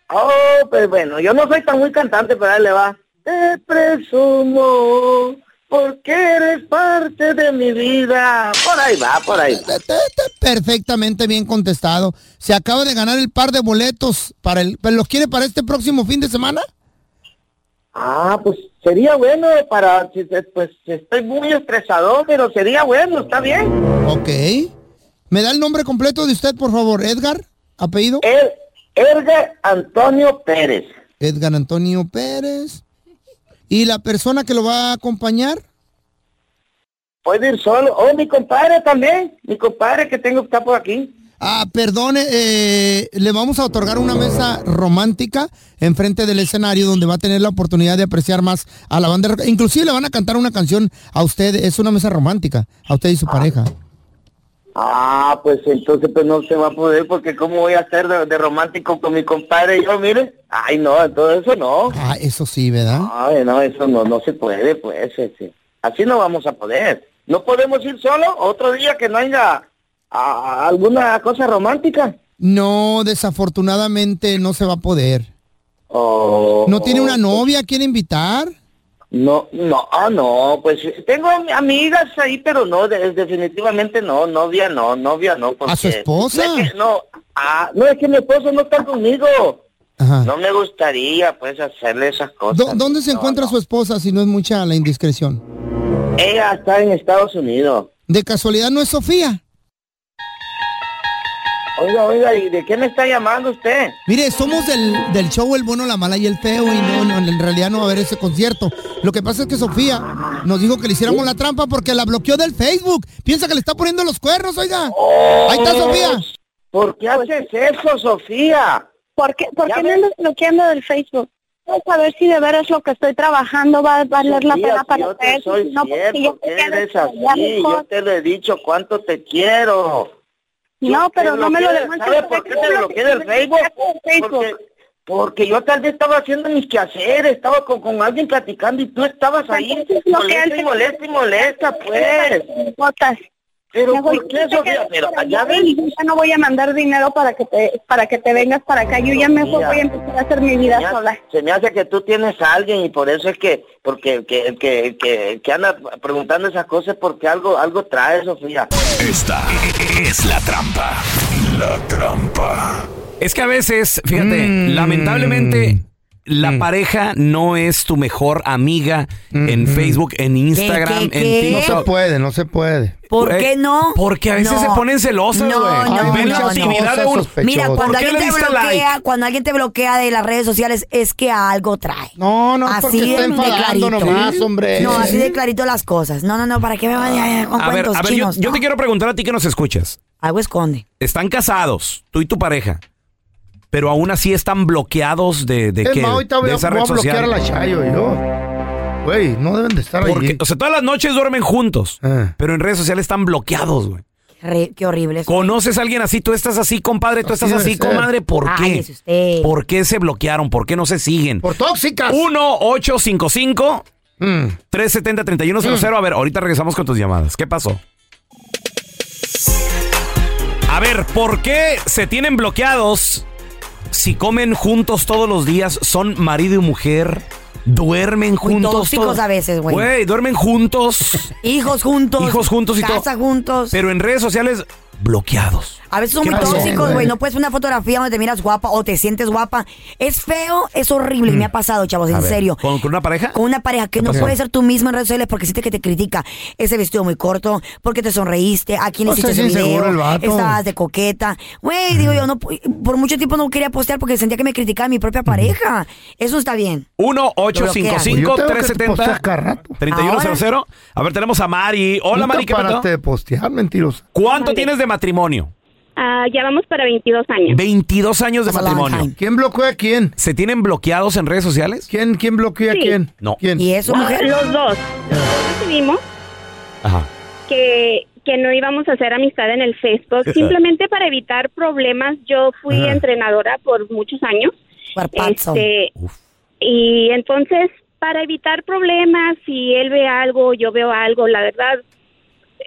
R: Oh, pues bueno, yo no soy tan muy cantante, pero ahí le va. Te presumo porque eres parte de mi vida. Por ahí va, por ahí va.
G: Perfectamente bien contestado. Se acaba de ganar el par de boletos para el. ¿pero ¿Los quiere para este próximo fin de semana?
R: Ah, pues sería bueno para, si- si- pues estoy muy estresado, pero sería bueno, ¿está bien?
G: Ok. ¿Me da el nombre completo de usted, por favor? Edgar, apellido.
R: Er, Edgar Antonio Pérez.
G: Edgar Antonio Pérez. ¿Y la persona que lo va a acompañar?
R: Puede ir solo. Oh, mi compadre también. Mi compadre que tengo que está por aquí.
G: Ah, perdone, eh, le vamos a otorgar una mesa romántica enfrente del escenario donde va a tener la oportunidad de apreciar más a la banda. Inclusive le van a cantar una canción a usted, es una mesa romántica, a usted y su pareja.
R: Ah, pues entonces pues no se va a poder porque cómo voy a hacer de, de romántico con mi compadre y yo, mire. Ay, no, todo eso no.
G: Ah, eso sí, ¿verdad?
R: Ay, no, eso no, no se puede, pues. este, Así no vamos a poder. No podemos ir solo otro día que no haya ah, alguna cosa romántica.
G: No, desafortunadamente no se va a poder.
R: Oh,
G: ¿No tiene una novia? ¿Quiere invitar?
R: No, no, ah, no, pues tengo am- amigas ahí, pero no, de- definitivamente no, novia no, novia no. Porque,
G: ¿A su esposa?
R: No, es que, no, ah, no, es que mi esposo no está conmigo. No me gustaría, pues, hacerle esas cosas.
G: ¿Dó- ¿Dónde se
R: No,
G: encuentra su esposa si no es mucha la indiscreción?
R: Ella está en Estados Unidos.
G: ¿De casualidad no es Sofía?
R: Oiga, oiga, ¿y de qué me está llamando usted?
G: Mire, somos del, del show El Bueno, la Mala y el Feo y no, no, en realidad no va a haber ese concierto. Lo que pasa es que Sofía nos dijo que le hiciéramos la trampa porque la bloqueó del Facebook. Piensa que le está poniendo los cuernos, oiga. Ahí está Sofía.
R: Oh, ¿Por qué haces eso, Sofía?
T: ¿Por qué, por qué me andas bloqueando del Facebook? Pues a ver si de veras lo que estoy trabajando va a valer la
R: Sofía,
T: pena
R: si
T: para
R: yo te
T: ustedes.
R: soy
T: No, porque yo
R: cierto,
T: te
R: que
T: quiero
R: eres
T: enseñar
R: así, yo
T: mejor.
R: te lo he dicho cuánto te quiero.
T: No,
R: Tú
T: pero
R: te
T: no me lo
R: bloqueas,
T: demuestres.
R: ¿Sabes por qué te bloqueé el Facebook? Porque, porque yo tal vez estaba haciendo mis quehaceres, estaba con, con alguien platicando y tú estabas ahí
T: Pues
R: molesta y molesta y molesta, pues. Pero
T: Mejor
R: ¿por qué,
T: quítate
R: Sofía?
T: de
R: Pero
T: por ahí,
R: allá ves,
T: y Yo ya no voy a mandar dinero para que te, para que te vengas para acá. Yo ya mejor
R: Mira.
T: voy a empezar a hacer mi vida
R: se me hace-
T: sola.
R: Se me hace que tú tienes a alguien y por eso es que, porque que, que, que, que anda preguntando esas cosas porque algo, algo trae, Sofía.
E: Esta es la trampa. La trampa.
D: Es que a veces, fíjate,
G: Mm.
D: lamentablemente la pareja no es tu mejor amiga
G: Mm,
D: en Facebook, en Instagram,
P: qué,
D: en
P: qué?
D: TikTok.
P: No se
G: puede, no se puede.
P: ¿Por
D: Eh,
P: qué no?
D: Porque a veces se ponen celosas,
P: No,
D: güey.
P: no,
D: Ven la
P: no,
D: actividad
P: no.
D: de uno.
P: Mira,
D: ¿Por
P: cuando
D: qué
P: alguien,
D: le
P: te
D: diste
P: bloquea,
D: like?
P: cuando alguien te bloquea de las redes sociales es que algo trae.
G: No, no,
P: así
G: porque
P: de
G: está
P: de
G: enfadando
P: clarito.
G: nomás, hombre.
P: No, así de clarito las cosas. No, no, no, ¿para qué me vaya con
D: A ver,
P: cuentos
D: a ver, yo,
P: chinos?
D: yo te quiero preguntar a ti que nos escuchas.
P: Algo esconde.
D: Están casados, tú y tu pareja, pero aún así están bloqueados de, de
G: Es
D: qué?
G: más, ahorita voy
D: de
G: a,
D: esa
G: voy
D: red
G: a bloquear a
D: social.
G: la Chayo yo. Güey, no deben de estar Ah.
D: Porque,
G: ahí.
D: o sea, todas las noches duermen juntos, pero en redes sociales están bloqueados, güey.
P: Re- qué horrible. eso.
D: ¿Conoces a alguien así? Tú estás así, compadre, tú
P: Así
D: estás
P: debe
D: así,
P: ser.
D: comadre. ¿Por qué?
P: Cállese usted.
D: ¿Por qué se bloquearon? ¿Por qué no se siguen? Por
G: tóxicas.
D: 1-855. 370-3100.
G: Mm.
D: A ver, ahorita regresamos con tus llamadas. ¿Qué pasó? A ver, ¿por qué se tienen bloqueados si comen juntos todos los días? Son marido y mujer, duermen juntos.
P: tóxicos
D: todo-
P: a veces, güey.
D: Güey, duermen juntos.
P: Hijos juntos.
D: Hijos juntos y todo.
P: casa juntos.
D: Pero en redes sociales, bloqueados.
P: A veces son
D: ¿Qué
P: muy
D: pasó,
P: tóxicos,
D: güey?
P: güey. No puedes una fotografía donde te miras guapa o te sientes guapa. Es feo, es horrible. Y me ha pasado, chavos,
D: Mm. A
P: en
D: ver,
P: serio.
D: ¿Con, con una pareja?
P: Con una pareja que
D: ¿Qué
P: no
D: pasó?
P: puede ser tú mismo en redes sociales porque sientes que te critica. Ese vestido muy corto, porque te sonreíste, a quién le
G: No
P: hiciste
G: seas
P: ese
G: inseguro
P: video,
G: el vato.
P: estabas de coqueta. Güey, digo yo, no, pu- por mucho tiempo no quería postear porque sentía que me criticaba mi propia pareja. Eso no está bien. Pues Yo tengo que postear cada
D: 1-855-370-3100. A ver, tenemos a Mari. Hola,
G: Nunca
D: Mari, ¿qué
G: paraste
D: pasó?
G: de postear, mentirosa.
D: ¿Cuánto tienes de matrimonio?
V: Ah, ya vamos para 22 años.
D: 22 años de matrimonio.
G: ¿Quién bloqueó a quién?
D: ¿Se tienen bloqueados en redes sociales?
G: ¿Quién, quién bloqueó
V: Sí.
G: a quién?
D: No.
G: ¿Quién?
V: ¿Y eso, mujer? Los dos. Decidimos
D: Ajá.
V: que, que no íbamos a hacer amistad en el Facebook. Simplemente para evitar problemas, yo fui
W: Ajá.
V: entrenadora por muchos años.
W: Cuerpazo.
V: Este, y entonces, para evitar problemas, si él ve algo, yo veo algo, la verdad.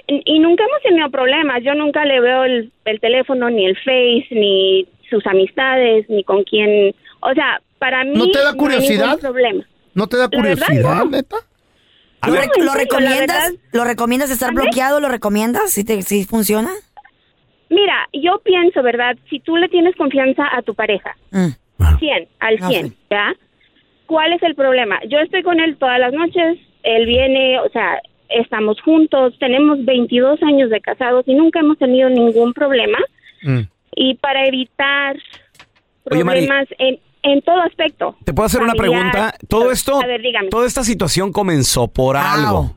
V: Y y nunca hemos tenido problemas. Yo nunca le veo el, el teléfono, ni el Face, ni sus amistades, ni con quién. O sea, para mí.
G: ¿No te da
V: hay
G: curiosidad?
V: ningún problema.
G: ¿No te da
V: La verdad,
G: curiosidad,
V: no.
G: neta?
V: A
P: ¿Lo,
V: ver.
P: re-
V: No, en
P: lo
V: serio, la
P: recomiendas?
V: verdad.
P: ¿Lo recomiendas estar
V: ¿Mande?
P: bloqueado? ¿Lo recomiendas? ¿Si, te, si funciona?
V: Mira, yo pienso, ¿verdad? Si tú le tienes confianza a tu pareja,
P: Mm.
V: 100, al
D: Ah,
P: No
V: 100, ¿ya? ¿Cuál es el problema? Yo estoy con él todas las noches, él viene, o sea, estamos juntos, tenemos 22 años de casados y nunca hemos tenido ningún problema.
G: Mm.
V: Y para evitar
D: Oye, Mari.
V: problemas en, en todo aspecto.
D: ¿Te puedo hacer una
V: familiar,
D: pregunta? Todo esto,
V: A ver, dígame.
D: toda esta situación comenzó por algo.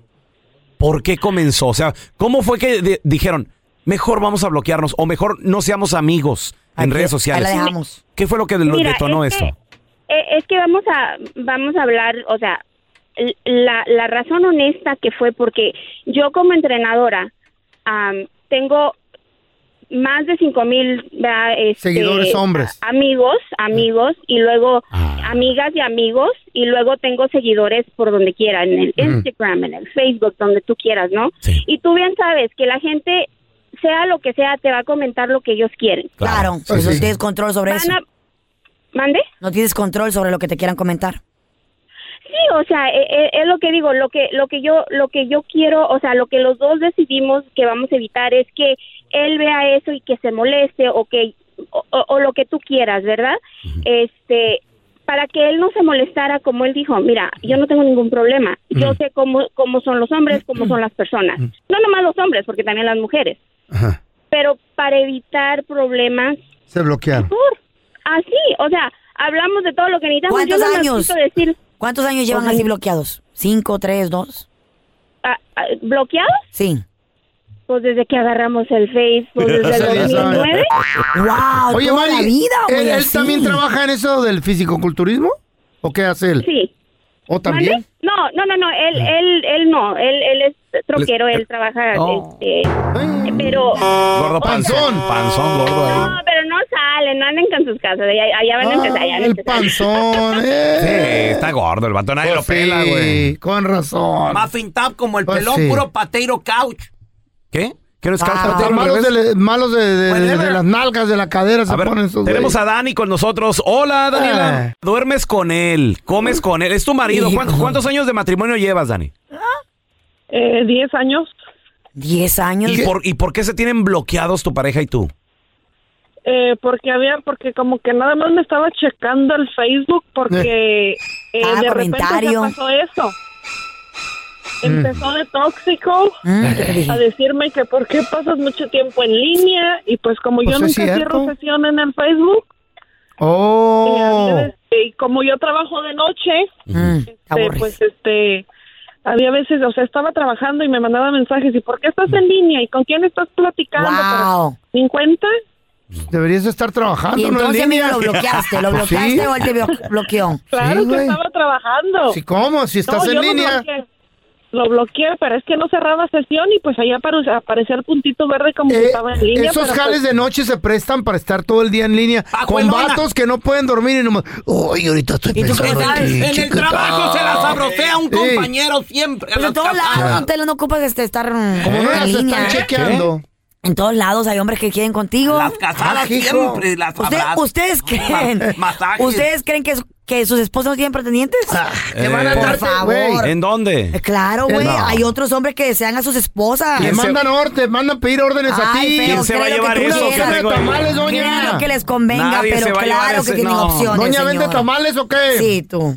D: ¿Por qué comenzó? O sea, ¿cómo fue que de- dijeron, mejor vamos a bloquearnos o mejor no seamos amigos en redes sociales?
V: ahí la dejamos.
D: ¿Qué fue lo que lo
V: Mira,
D: detonó
V: es que-
D: esto?
V: Eh, Es que vamos a vamos a hablar, o sea, l- la, la razón honesta que fue porque yo como entrenadora am, tengo más de cinco mil Este,
G: Seguidores hombres. Ah.
V: amigos, amigos y luego amigas y amigos y luego tengo seguidores por donde quiera en el
X: Ujú.
V: Instagram, en el Facebook, donde tú quieras, ¿no? Y tú bien sabes que la gente sea lo que sea te va a comentar lo que ellos quieren.
P: Claro, pues no tienes control sobre
V: Van
P: eso.
V: a- ¿Mande?
P: No tienes control sobre lo que te quieran comentar.
V: Sí, o sea, e- e- es, lo que digo, lo que lo que yo lo que yo quiero, o sea, lo que los dos decidimos que vamos a evitar es que él vea eso y que se moleste o que o, o- o lo que tú quieras, ¿verdad? Este, para que él no se molestara, como él dijo, mira, yo no tengo ningún problema, yo sé cómo cómo son los hombres, cómo son las personas, no nomás los hombres, porque también las mujeres,
G: Ajá.
V: pero para evitar problemas
G: Se bloquearon.
V: por así, o sea, hablamos de todo lo que necesitamos. Yo
P: ¿Cuántos
V: nomás
P: años?
V: quito decir-
P: ¿Cuántos años llevan
V: Ok.
P: así bloqueados? ¿Cinco, tres, dos?
V: Ah, ¿Bloqueados?
P: Sí.
V: Pues desde que agarramos el
R: Pues
V: Facebook, desde el 2009.
G: Oye, Mari, ¿él, él también trabaja en eso del fisicoculturismo? ¿O qué hace él?
V: Sí.
G: ¿O también? Ah.
V: ¿Mande? No, no, no, no, él, él, él no, él, él es troquero, él trabaja,
G: Oh.
V: este, pero...
D: Gordo panzón. Panzón, gordo ahí.
V: No, pero no salen, no anden con sus casas, allá, allá
G: Ah.
V: van a empezar, allá van a
G: el
V: empezar.
G: panzón,
D: Sí,
G: eh.
D: está gordo, el vato nadie
G: Pues
D: lo pela,
G: sí,
D: güey.
G: Con razón.
D: Muffin top como el
G: Pues pelón, sí. puro
D: pateiro couch. ¿Qué? ¿Qué no es couch
G: Hasta
D: potato al
G: Ah, malos
D: revés?
G: de, le- malos de, de-
D: Whatever.
G: de las nalgas, de la cadera se
D: A ver,
G: ponen esos
D: tenemos
G: güeyes. Ah.
D: a Dani con nosotros. Hola, Daniela. Duermes con él, comes con él. Es tu marido. ¿Cuán- ¿Cuántos, años de matrimonio llevas, Dani?
W: Eh, 10 años.
P: Diez años.
D: ¿Y por, ¿Y por qué se tienen bloqueados tu pareja y tú?
W: Eh, porque había, porque como que nada más me estaba checando el Facebook porque eh,
P: Ah,
W: de
P: comentario.
W: repente se pasó eso.
P: Mm.
W: Empezó de tóxico
P: Mm, ¿qué te dije?
W: a decirme que por qué pasas mucho tiempo en línea y pues como
G: Pues
W: yo
G: es
W: nunca
G: cierto.
W: cierro sesión en el Facebook
G: Oh.
W: y como yo trabajo de noche, este,
G: aburres.
W: pues este había veces, o sea, estaba trabajando y me mandaba mensajes y ¿por qué estás en línea y con quién estás platicando?
P: Wow.
W: ¿Te das cuenta?
G: Deberías de estar trabajando.
W: Y
G: no en
W: entonces,
G: línea.
W: mira, lo bloqueaste, lo
G: Pues
W: bloqueaste
G: sí.
W: o él te blo- bloqueó. Claro que
G: güey.
W: estaba trabajando.
G: Sí, ¿cómo? Si estás
W: No,
G: en
W: yo Lo
G: línea.
W: bloqueé. Lo bloqueé, pero es que no cerraba sesión y pues allá apare- aparecía el puntito verde como que estaba en línea.
G: Eh, Esos
W: pero,
G: jales
W: pues,
G: de noche se prestan para estar todo el día en línea
D: Ah,
G: con
W: Pajuelona.
G: vatos que no pueden dormir y nomás. Uy, ahorita estoy
W: ¿Y tú qué
G: pensando
W: sabes?
G: en ti,
W: En el
G: chiquita".
W: trabajo se la
D: sabrosea un
G: Sí.
D: compañero siempre.
P: Pero Pues en todos lados,
G: Claro.
P: usted no ocupa que este, estar mm,
G: Como no
P: en
G: las están
P: línea, ¿eh?
G: chequeando.
P: En todos lados hay hombres que quieren contigo. Las
G: casadas Ah, hijo. siempre
D: las
P: ¿Ustedes,
D: abrazan.
P: ¿ustedes creen?
D: Masajes.
P: ¿Ustedes creen que, su- que sus esposas no tienen pretendientes?
D: Eh,
P: Por favor.
D: ¿En dónde?
P: Claro, güey.
D: No.
P: Hay otros hombres que desean a sus esposas.
D: Le ¿Quién se- mandan
G: orden, mandan pedir órdenes
D: a ti. ¿Quién se va a llevar eso que tengo ahí?
P: Mira lo que les convenga,
D: Nadie se
P: pero
D: va a llevar
P: claro que
D: ese-
P: tienen
D: no.
P: opciones.
D: Doña,
G: ¿vende
P: señor.
G: tamales o qué?
P: Sí, tú.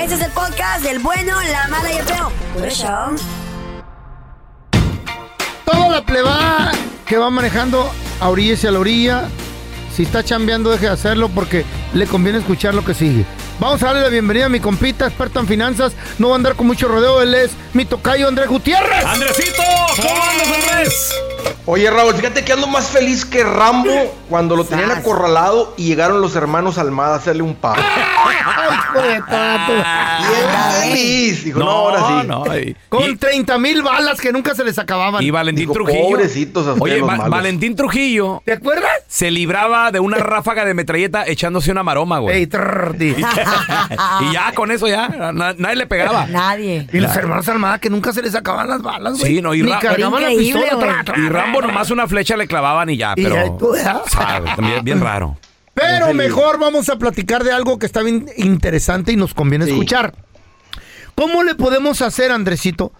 P: Este es el podcast del bueno, la mala y el feo. Por eso.
G: Toda la plebada que va manejando a orilla y a la orilla, si está chambeando, deje de hacerlo porque le conviene escuchar lo que sigue. Vamos a darle la bienvenida a mi compita, experto en finanzas. No va a andar con mucho rodeo, él es mi tocayo Andrés Gutiérrez.
D: ¡Andresito! ¿Cómo andas, Andrés?
X: Oye Raúl, fíjate que ando más feliz que Rambo cuando lo tenían acorralado y llegaron los hermanos Almada a hacerle un paro. feliz! Dijo, no, ahora sí.
G: sí. Con 30 mil balas que nunca se les acababan.
D: Y Valentín
X: Dijo,
D: Trujillo.
X: "Pobrecitos, hasta
D: Oye,
X: los
D: Va-
X: malos".
D: Valentín Trujillo.
G: ¿Te acuerdas?
D: Se libraba de una ráfaga de metralleta echándose una maroma, güey. y ya con eso ya na- nadie le pegaba.
P: Nadie.
G: "Oh, Y los hermanos Almada que nunca se les acababan las balas, güey.
D: Sí, no, y,
G: Ni
D: Ra-
G: cargaban la pistola. tra, tra,
D: y Rambo
G: tra, tra.
D: nomás una flecha le clavaban y ya,
G: Y
D: Ah, pero.
G: ya, tú, ¿verdad?
D: sabe, también bien raro.
G: Pero mejor vamos a platicar de algo que está bien interesante y nos conviene escuchar. ¿Cómo le podemos hacer, Andresito,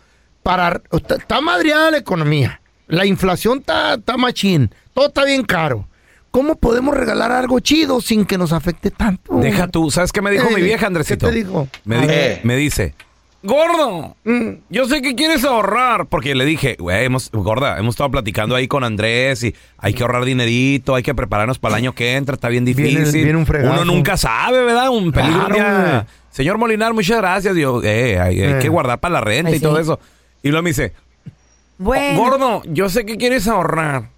G: para... Está, está madreada la economía. La inflación está, está machín. Todo está bien caro. ¿Cómo podemos regalar algo chido sin que nos afecte tanto?
D: Deja tú, ¿sabes qué me dijo
G: Eh,
D: mi vieja, Andresito?
G: ¿Qué te dijo?
D: Me, di- me dice, Gordo,
X: Mm.
D: yo sé que quieres ahorrar. Porque le dije, güey, hemos, gorda, hemos estado platicando ahí con Andrés y hay que ahorrar dinerito, hay que prepararnos para el año que entra, está bien
G: Viene-
D: difícil.
G: viene un fregazo.
D: Uno nunca sabe, ¿verdad? Un peligro.
G: Claro,
D: un día.
G: güey.
D: Señor Molinar, muchas gracias. Digo, eh, hay, hay
G: Eh.
D: que guardar para la renta
G: Ay,
D: y todo
G: sí.
D: eso. Y luego me dice,
P: Bueno.
D: Gordo, yo sé que quieres ahorrar.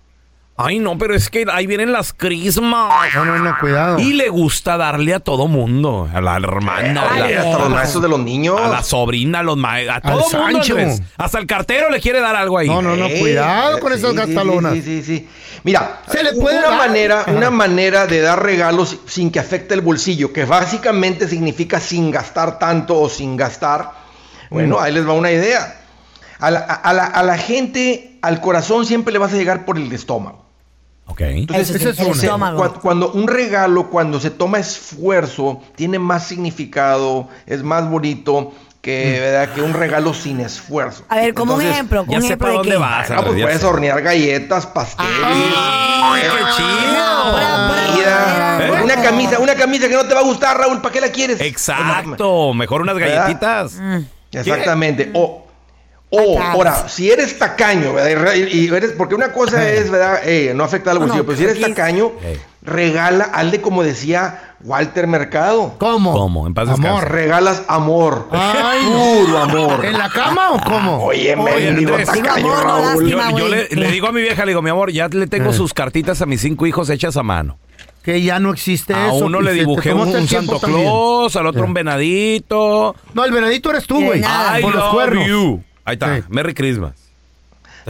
D: Ay, no, pero es que ahí vienen las crismas.
G: No, no, no, cuidado.
D: Y le gusta darle a todo mundo. A la hermana, a
X: Ay,
D: la-
X: hasta los maestros de los niños.
D: A la sobrina, a los maestros. A
X: Al
D: todo mundo.
X: Sancho.
D: Andrés. Hasta el cartero le quiere dar algo ahí.
X: No, no, no, Ey, cuidado con sí, esas sí, gastalonas. sí, Mira,
G: Se le puede
X: una
G: dar.
X: manera,
G: Ajá.
X: una manera de dar regalos sin que afecte el bolsillo, que básicamente significa sin gastar tanto o sin gastar. Bueno,
G: Mm.
X: ahí les va una idea. A la, a- a la- a la gente, al corazón siempre le vas a llegar por el estómago.
D: Ok.
X: Entonces,
G: Ese es
X: se-
G: el estómago.
X: cua- Cuando, un regalo, cuando se toma esfuerzo, tiene más significado, es más bonito que, ¿verdad? que un regalo sin esfuerzo.
P: A ver, como un ejemplo, un ejemplo de qué.
X: Ah, pues puedes hornear galletas, pasteles. Comida.
D: ¿Eh?
X: Una camisa, una camisa que no te va a gustar, Raúl, ¿para qué la quieres?
D: Exacto. Mejor unas
X: ¿Verdad?
D: galletitas.
X: Exactamente. O, o
D: Patadas.
X: ahora, si eres tacaño, ¿verdad? Y, y eres, porque una cosa es, ¿verdad? Eh, no afecta al
G: No,
X: bolsillo,
G: no,
X: pero si eres
G: aquí es-
X: tacaño, regala, hazle como decía Walter Mercado.
G: ¿Cómo?
D: ¿Cómo? En paz
X: Amor,
D: descanse.
X: regalas amor.
G: Ay.
X: Puro amor.
G: ¿En la cama o cómo?
X: Oye,
D: Oye,
X: mendigo
D: Andrés,
X: tacaño,
D: yo-
X: Raúl.
D: yo, le, le digo a mi vieja, le digo, mi amor, ya le tengo
G: Eh.
D: sus cartitas a mis cinco hijos hechas a mano.
G: Que ya no existe
D: A
G: eso.
D: uno le
G: fíjate,
D: dibujé
G: ¿cómo
D: un,
G: está el
D: un
G: tiempo
D: Santo
G: también?
D: Claus, al otro un venadito.
G: No, el venadito eres tú, güey.
D: I
G: Por los
D: love
G: cuernos.
D: you. Ahí está, Merry Christmas.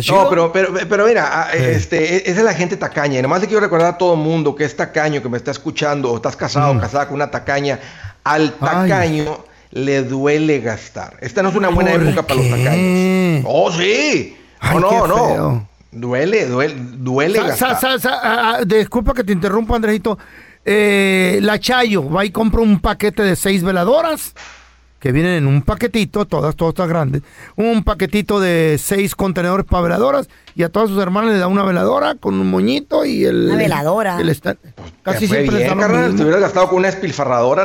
X: No, pero, pero, pero mira, a-
D: Eh.
X: este, es- es de la gente tacaña. Y nomás le quiero recordar a todo mundo que es tacaño, que me está escuchando, o estás casado
D: Mm.
X: o casada con una tacaña. Al tacaño le duele gastar. Esta no es una buena época para los tacaños. Oh, sí.
G: Ay,
X: no,
G: qué
X: no,
G: feo.
X: no. Duele, duele, duele
G: Sa-
X: gastar.
G: sa- sa- sa- ah, ah, disculpa que te interrumpa, Andrejito. Eh, la Chayo va y compra un paquete de seis veladoras que vienen en un paquetito, todas, todas están grandes. Un paquetito de seis contenedores para veladoras y a todas sus hermanas le da una veladora con un moñito y el.
P: Una veladora.
G: el esta-
X: Pues, Te
G: casi
X: fue
G: siempre
X: bien,
G: está lo
X: carnal.
G: mismo.
X: Te hubieras gastado con una espilfarradora,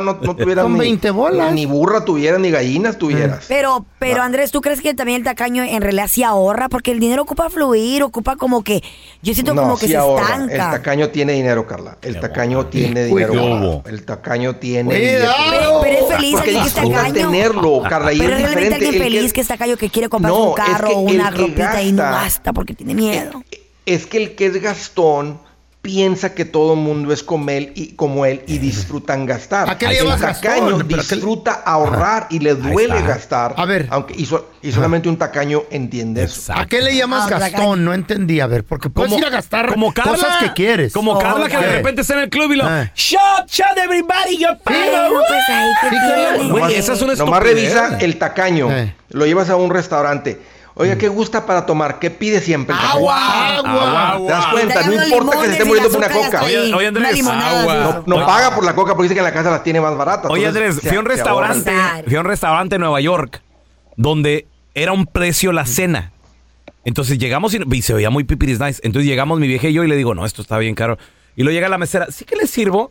X: no, no tuvieras
G: Con
X: ni,
G: 20 bolas.
X: ni burra tuvieras, ni gallinas tuvieras.
P: Pero, pero Andrés, ¿tú crees que también el tacaño en realidad sí ahorra? Porque el dinero ocupa fluir, ocupa como que, yo siento como que
X: sí
P: se
X: ahorra. El
P: estanca.
X: tacaño tiene dinero, Carla. El tacaño tiene dinero.
G: Cuidado.
X: Carla. El tacaño tiene
P: Cuidado.
X: dinero.
P: Pero- pero es feliz
X: Porque
P: el que es
X: disfruta
P: tacaño.
X: tenerlo, Carla. Y
P: Pero
X: es
P: realmente
X: diferente.
P: alguien
X: el que-
P: feliz que es tacaño que quiere comprarse
X: No,
P: un
X: es
P: carro
X: que
P: o
X: el
P: una
X: que
P: ropita y no
X: gasta-
P: gasta porque tiene miedo.
X: es que el que es gastón piensa que todo el mundo es como él y como él y disfrutan gastar.
G: ¿A qué le
X: el
G: llamas
X: tacaño
G: gastón? ¿Pero a qué le-
X: disfruta ahorrar y le duele
G: está.
X: gastar. A ver. Aunque y, so- y solamente un tacaño entiende eso.
G: ¿A qué le
P: Ah,
G: llamas Gastón? No entendí, a ver, porque puedes ir a gastar
X: Ah, como Carla-
G: cosas que quieres.
X: como Carla que de
G: Ok.
D: repente está en el club y lo-
G: Ah.
D: Shot, shot, everybody, yo
P: pago. pues ahí, ¿qué
X: Sí,
P: tiene?
X: claro.
D: Güey, esa es una
X: Nomás
D: estupidez.
X: revisa el tacaño. Lo llevas a un restaurante. Oiga, ¿qué gusta para tomar? ¿Qué pide siempre? el café?
F: Agua, agua, agua.
X: ¿Te das cuenta? No
F: Dale unos
X: importa que se
F: limones
X: esté
F: y
X: muriendo
F: la
X: por una
F: azúcar
X: coca.
F: hasta ahí. Oye, oye, Andrés, Una limonada,
X: No,
F: agua.
X: no
F: Oye.
X: paga por la coca porque dice que en la casa la tiene más barata.
D: Oye,
X: Entonces,
D: Andrés,
X: se-
D: fui a un
X: se
D: restaurante,
X: ahorra.
D: fui a un restaurante en Nueva York donde era un precio la cena. Entonces llegamos y, y se veía muy pipiris nice. Entonces llegamos mi vieja y yo y le digo, no, esto está bien caro. Y lo llega la mesera, sí que le sirvo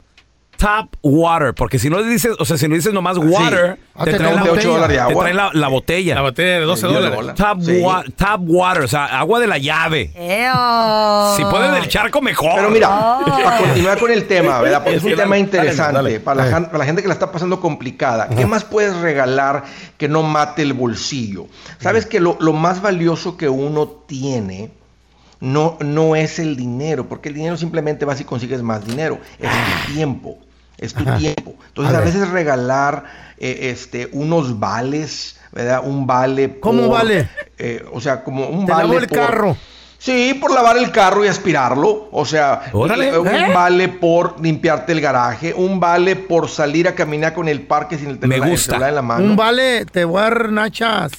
D: tap water, porque si no le dices, o sea, si no dices nomás water,
X: Ah, te traen de ocho dólares de
D: te
X: agua.
D: traen la, la botella. La botella de
X: 12 dólares.
D: Tap,
X: Sí.
D: wa- tap water, o sea, agua de la llave.
P: Eo.
F: Oh.
D: Si puedes del charco, mejor.
X: Pero
D: Ah.
X: mira, para continuar con el tema, ¿verdad? Porque es
D: Sí,
X: un
D: dale,
X: tema
D: dale,
X: interesante
D: dale.
X: Para, la, jan- para la gente que la está pasando complicada. ¿Qué más puedes regalar que no mate el bolsillo? Sabes que lo, lo más valioso que uno tiene no, no es el dinero, porque el dinero simplemente vas y consigues más dinero, es tu tiempo. Es tu
C: Ajá.
X: tiempo. Entonces,
C: A
X: a
C: ver.
X: veces regalar eh, este, unos vales, ¿verdad? Un vale.
G: ¿Cómo
X: por-
G: vale?
X: eh, o sea, como un
G: Te
X: vale.
G: lavo el
X: por-
G: carro.
X: Sí, por lavar el carro y aspirarlo. O sea,
G: Órale,
X: un
G: ¿eh?
X: vale por limpiarte el garaje, un vale por salir a caminar con el parque sin el
G: Me
X: teléfono el
G: gusta.
X: celular en la mano.
G: Un vale, te voy a dar nachas.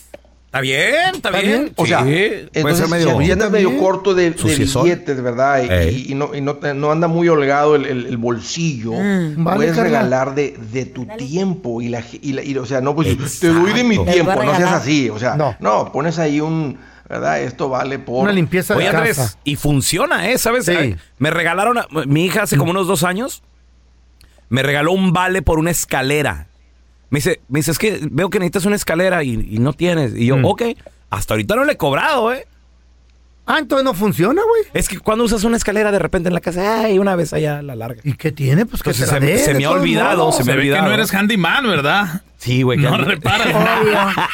D: Está bien, está bien.
X: O sea,
D: Sí, puede
X: entonces,
D: ser medio.
X: si andas medio
D: También.
X: corto de, de
D: Suciezón.
X: billetes, ¿verdad? Y-
D: Ey.
X: Y, y no, y no te- no anda muy holgado el, el- el bolsillo,
G: Mm, vale,
X: puedes
G: Carla.
X: regalar de, de tu tiempo. Y la, ge- y la- y, o sea, no, pues te doy de mi
G: Exacto.
X: tiempo,
G: Les
X: no
G: voy a
X: seas
G: regalar.
X: así. O sea,
G: No.
X: no, pones ahí un, ¿verdad? Esto vale por...
G: Una limpieza
D: Oye, Andrés, y funciona, ¿eh? ¿Sabes? Ay, Me regalaron, a- mi hija hace
G: Mm.
D: como unos dos años, me regaló un vale por una escalera. Me dice, me dice, es que veo que necesitas una escalera y, y no tienes. Y yo,
G: Mm.
D: ok, hasta ahorita no le he cobrado, ¿eh?
G: Ah, entonces no funciona, güey.
D: Es que cuando usas una escalera de repente en la casa, ay, una vez allá la larga.
G: ¿Y qué tiene? Pues que
D: Entonces,
G: te la
D: se-
G: dé,
D: se
G: de
D: me ha
G: todos
D: olvidado,
G: modos.
D: se me ha
Y: Se ve que
D: olvidado.
Y: no eres handyman, ¿verdad?
D: Sí, güey.
Y: No
D: que-
Y: reparas
P: nada.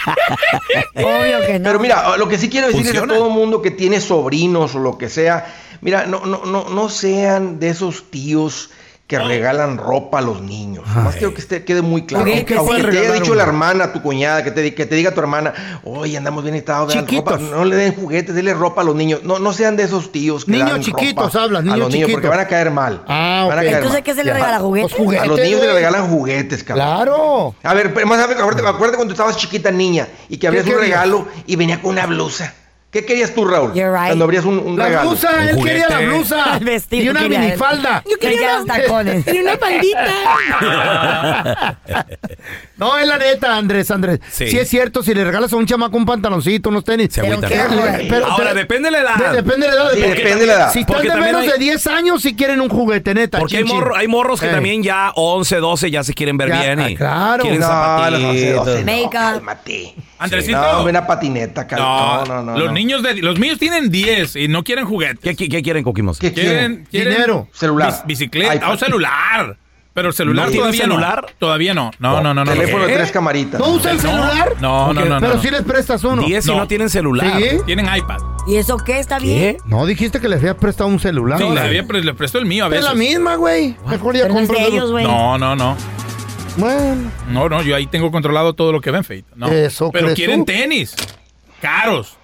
P: Obvio que no.
X: Pero mira, lo que sí quiero decir
D: Funciona.
X: es a todo mundo que tiene sobrinos o lo que sea, mira, no, no, no, no sean de esos tíos que regalan ropa a los niños. Más quiero que esté- quede muy claro.
G: Ok, ¿qué
X: Aunque
G: puedes
X: te haya
G: regalar,
X: dicho
G: hombre?
X: la hermana, tu cuñada, que te, di- que te diga tu hermana, oye, andamos bien estados, vean ropa". no le den juguetes, denle ropa a los niños. No, no sean de esos tíos que
G: Niños
X: dan
G: chiquitos,
X: ropa
G: hablas,
X: a
G: niños
X: los niños, porque
G: chiquitos.
X: van a caer mal.
G: Ah,
X: Van a
G: ok.
X: caer
G: Entonces,
X: mal.
G: ¿qué se le
X: Ya.
G: regala, juguetes? Pues juguetes,
X: A los niños se les
G: güey.
X: regalan juguetes, cabrón.
G: Claro.
X: A ver, pero más acuérdate, acuérdate cuando estabas chiquita niña y que abrías un
G: querías?
X: regalo y venía con una blusa. ¿Qué querías tú, Raúl? Cuando abrías un, un
G: La
X: regalo.
G: blusa, él quería la blusa.
P: El vestido
G: y una
P: quería él.
G: minifalda.
P: Yo quería Quería los tacones.
G: Y una No, es la neta, Andrés, Andrés. Sí.
D: Sí.
G: es cierto, si le regalas a un chamaco un pantaloncito, unos tenis. Se
D: agüita, ¿no? Ahora, depende la edad.
G: depende de la edad.
D: Sí,
G: porque
D: depende la edad.
G: Si están
D: Porque
G: de
D: también
G: menos
D: hay-
G: de 10 años, si quieren un juguete, neta.
D: Porque hay,
G: chin, chin.
D: morro- hay morros que
G: Eh.
D: también ya 11, 12 ya se quieren ver
G: Ya,
D: bien.
G: ah,
D: y
G: claro.
D: Quieren
G: No,
D: zapatitos.
G: los 11, 12 no.
P: Make-up.
Y: Andresito.
X: No, ve una patineta, cal- No,
Y: No,
X: no, no.
Y: los
X: no.
Y: niños de los míos tienen 10 y no quieren juguetes.
D: ¿Qué, quieren, Coquimos?
X: ¿Qué quieren? Dinero. Celular.
Y: bis- bicicleta.
X: iPad.
Y: Ah, un celular. Pero el celular
X: ¿No tienen
Y: todavía
X: celular? Oh,
Y: no. Todavía no. No, no, no. no
X: Teléfono de
Y: ¿Qué?
X: tres camaritas.
G: ¿No usan
Y: No,
G: celular?
Y: No, no,
G: Ok,
Y: no.
G: Pero
Y: no,
G: si les prestas uno.
Y: no.
G: ¿Sí?
Y: Tienen iPad.
P: ¿Y eso qué? ¿Está bien?
G: No, dijiste que les habías prestado un celular.
Y: Sí,
G: No,
Y: le, había pre- le prestó el mío a
G: Es
Y: veces.
G: la misma, güey. Mejor ya
P: Pero no es de
G: compras
P: ellos,
G: uno.
P: güey.
Y: No, no, no.
G: Bueno.
Y: No, no, yo ahí tengo controlado todo lo que ven, Feito. No.
G: Eso
Y: Pero
G: crees
Y: quieren
G: tú.
Y: tenis. Caros.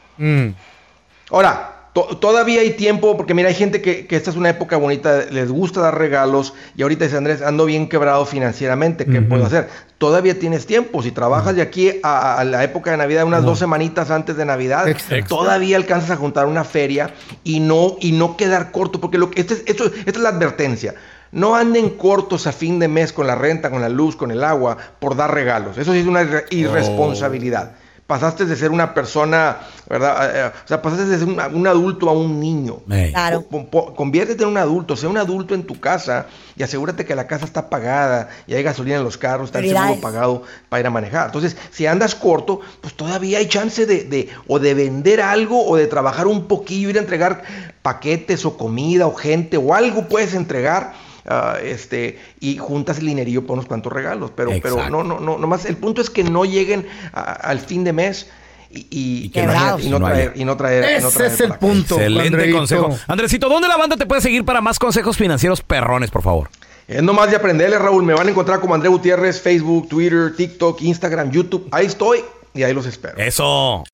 X: Ahora, to- todavía hay tiempo, porque mira, hay gente que, que esta es una época bonita, les gusta dar regalos, y ahorita dice Andrés, ando bien quebrado financieramente, ¿qué puedo hacer? Todavía tienes tiempo, si trabajas de aquí a, a la época de Navidad, unas dos semanitas antes de Navidad,
G: Exacto.
X: todavía alcanzas a juntar una feria y no, y no quedar corto, porque lo que, este es- esto- esta es la advertencia. No anden cortos a fin de mes con la renta, con la luz, con el agua, por dar regalos. Eso sí es una irre- irresponsabilidad. Pasaste de ser una persona, ¿verdad? Eh, eh, o sea, pasaste de ser un, un adulto a un niño.
P: Claro.
X: Po- po- Conviértete en un adulto, sea un adulto en tu casa y asegúrate que la casa está pagada y hay gasolina en los carros, está el seguro
P: Prioridades.
X: pagado para ir a manejar. Entonces, si andas corto, pues todavía hay chance de, de- o de vender algo o de trabajar un poquillo, ir a entregar paquetes o comida o gente o algo puedes entregar. ah, este y juntas el dinerillo por unos cuantos regalos pero pero no no no nomás el punto es que no lleguen a- al fin de mes y, y-
D: quebrados.
X: y no
D: No
X: traer
D: haya.
X: y no traer y no
G: Ese
X: traer
G: es el
X: para acá.
G: punto,
D: Excelente
G: Andreito.
D: consejo. Andresito, ¿dónde la banda te puede seguir para más consejos financieros perrones, por favor?
X: Es nomás de aprenderle, Raúl. Me van a encontrar como André Gutiérrez, Facebook, Twitter, TikTok, Instagram, YouTube. Ahí estoy y ahí los espero.
D: Eso.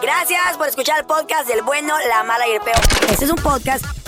P: Gracias por escuchar el podcast del bueno, la mala y el peo. Este es un podcast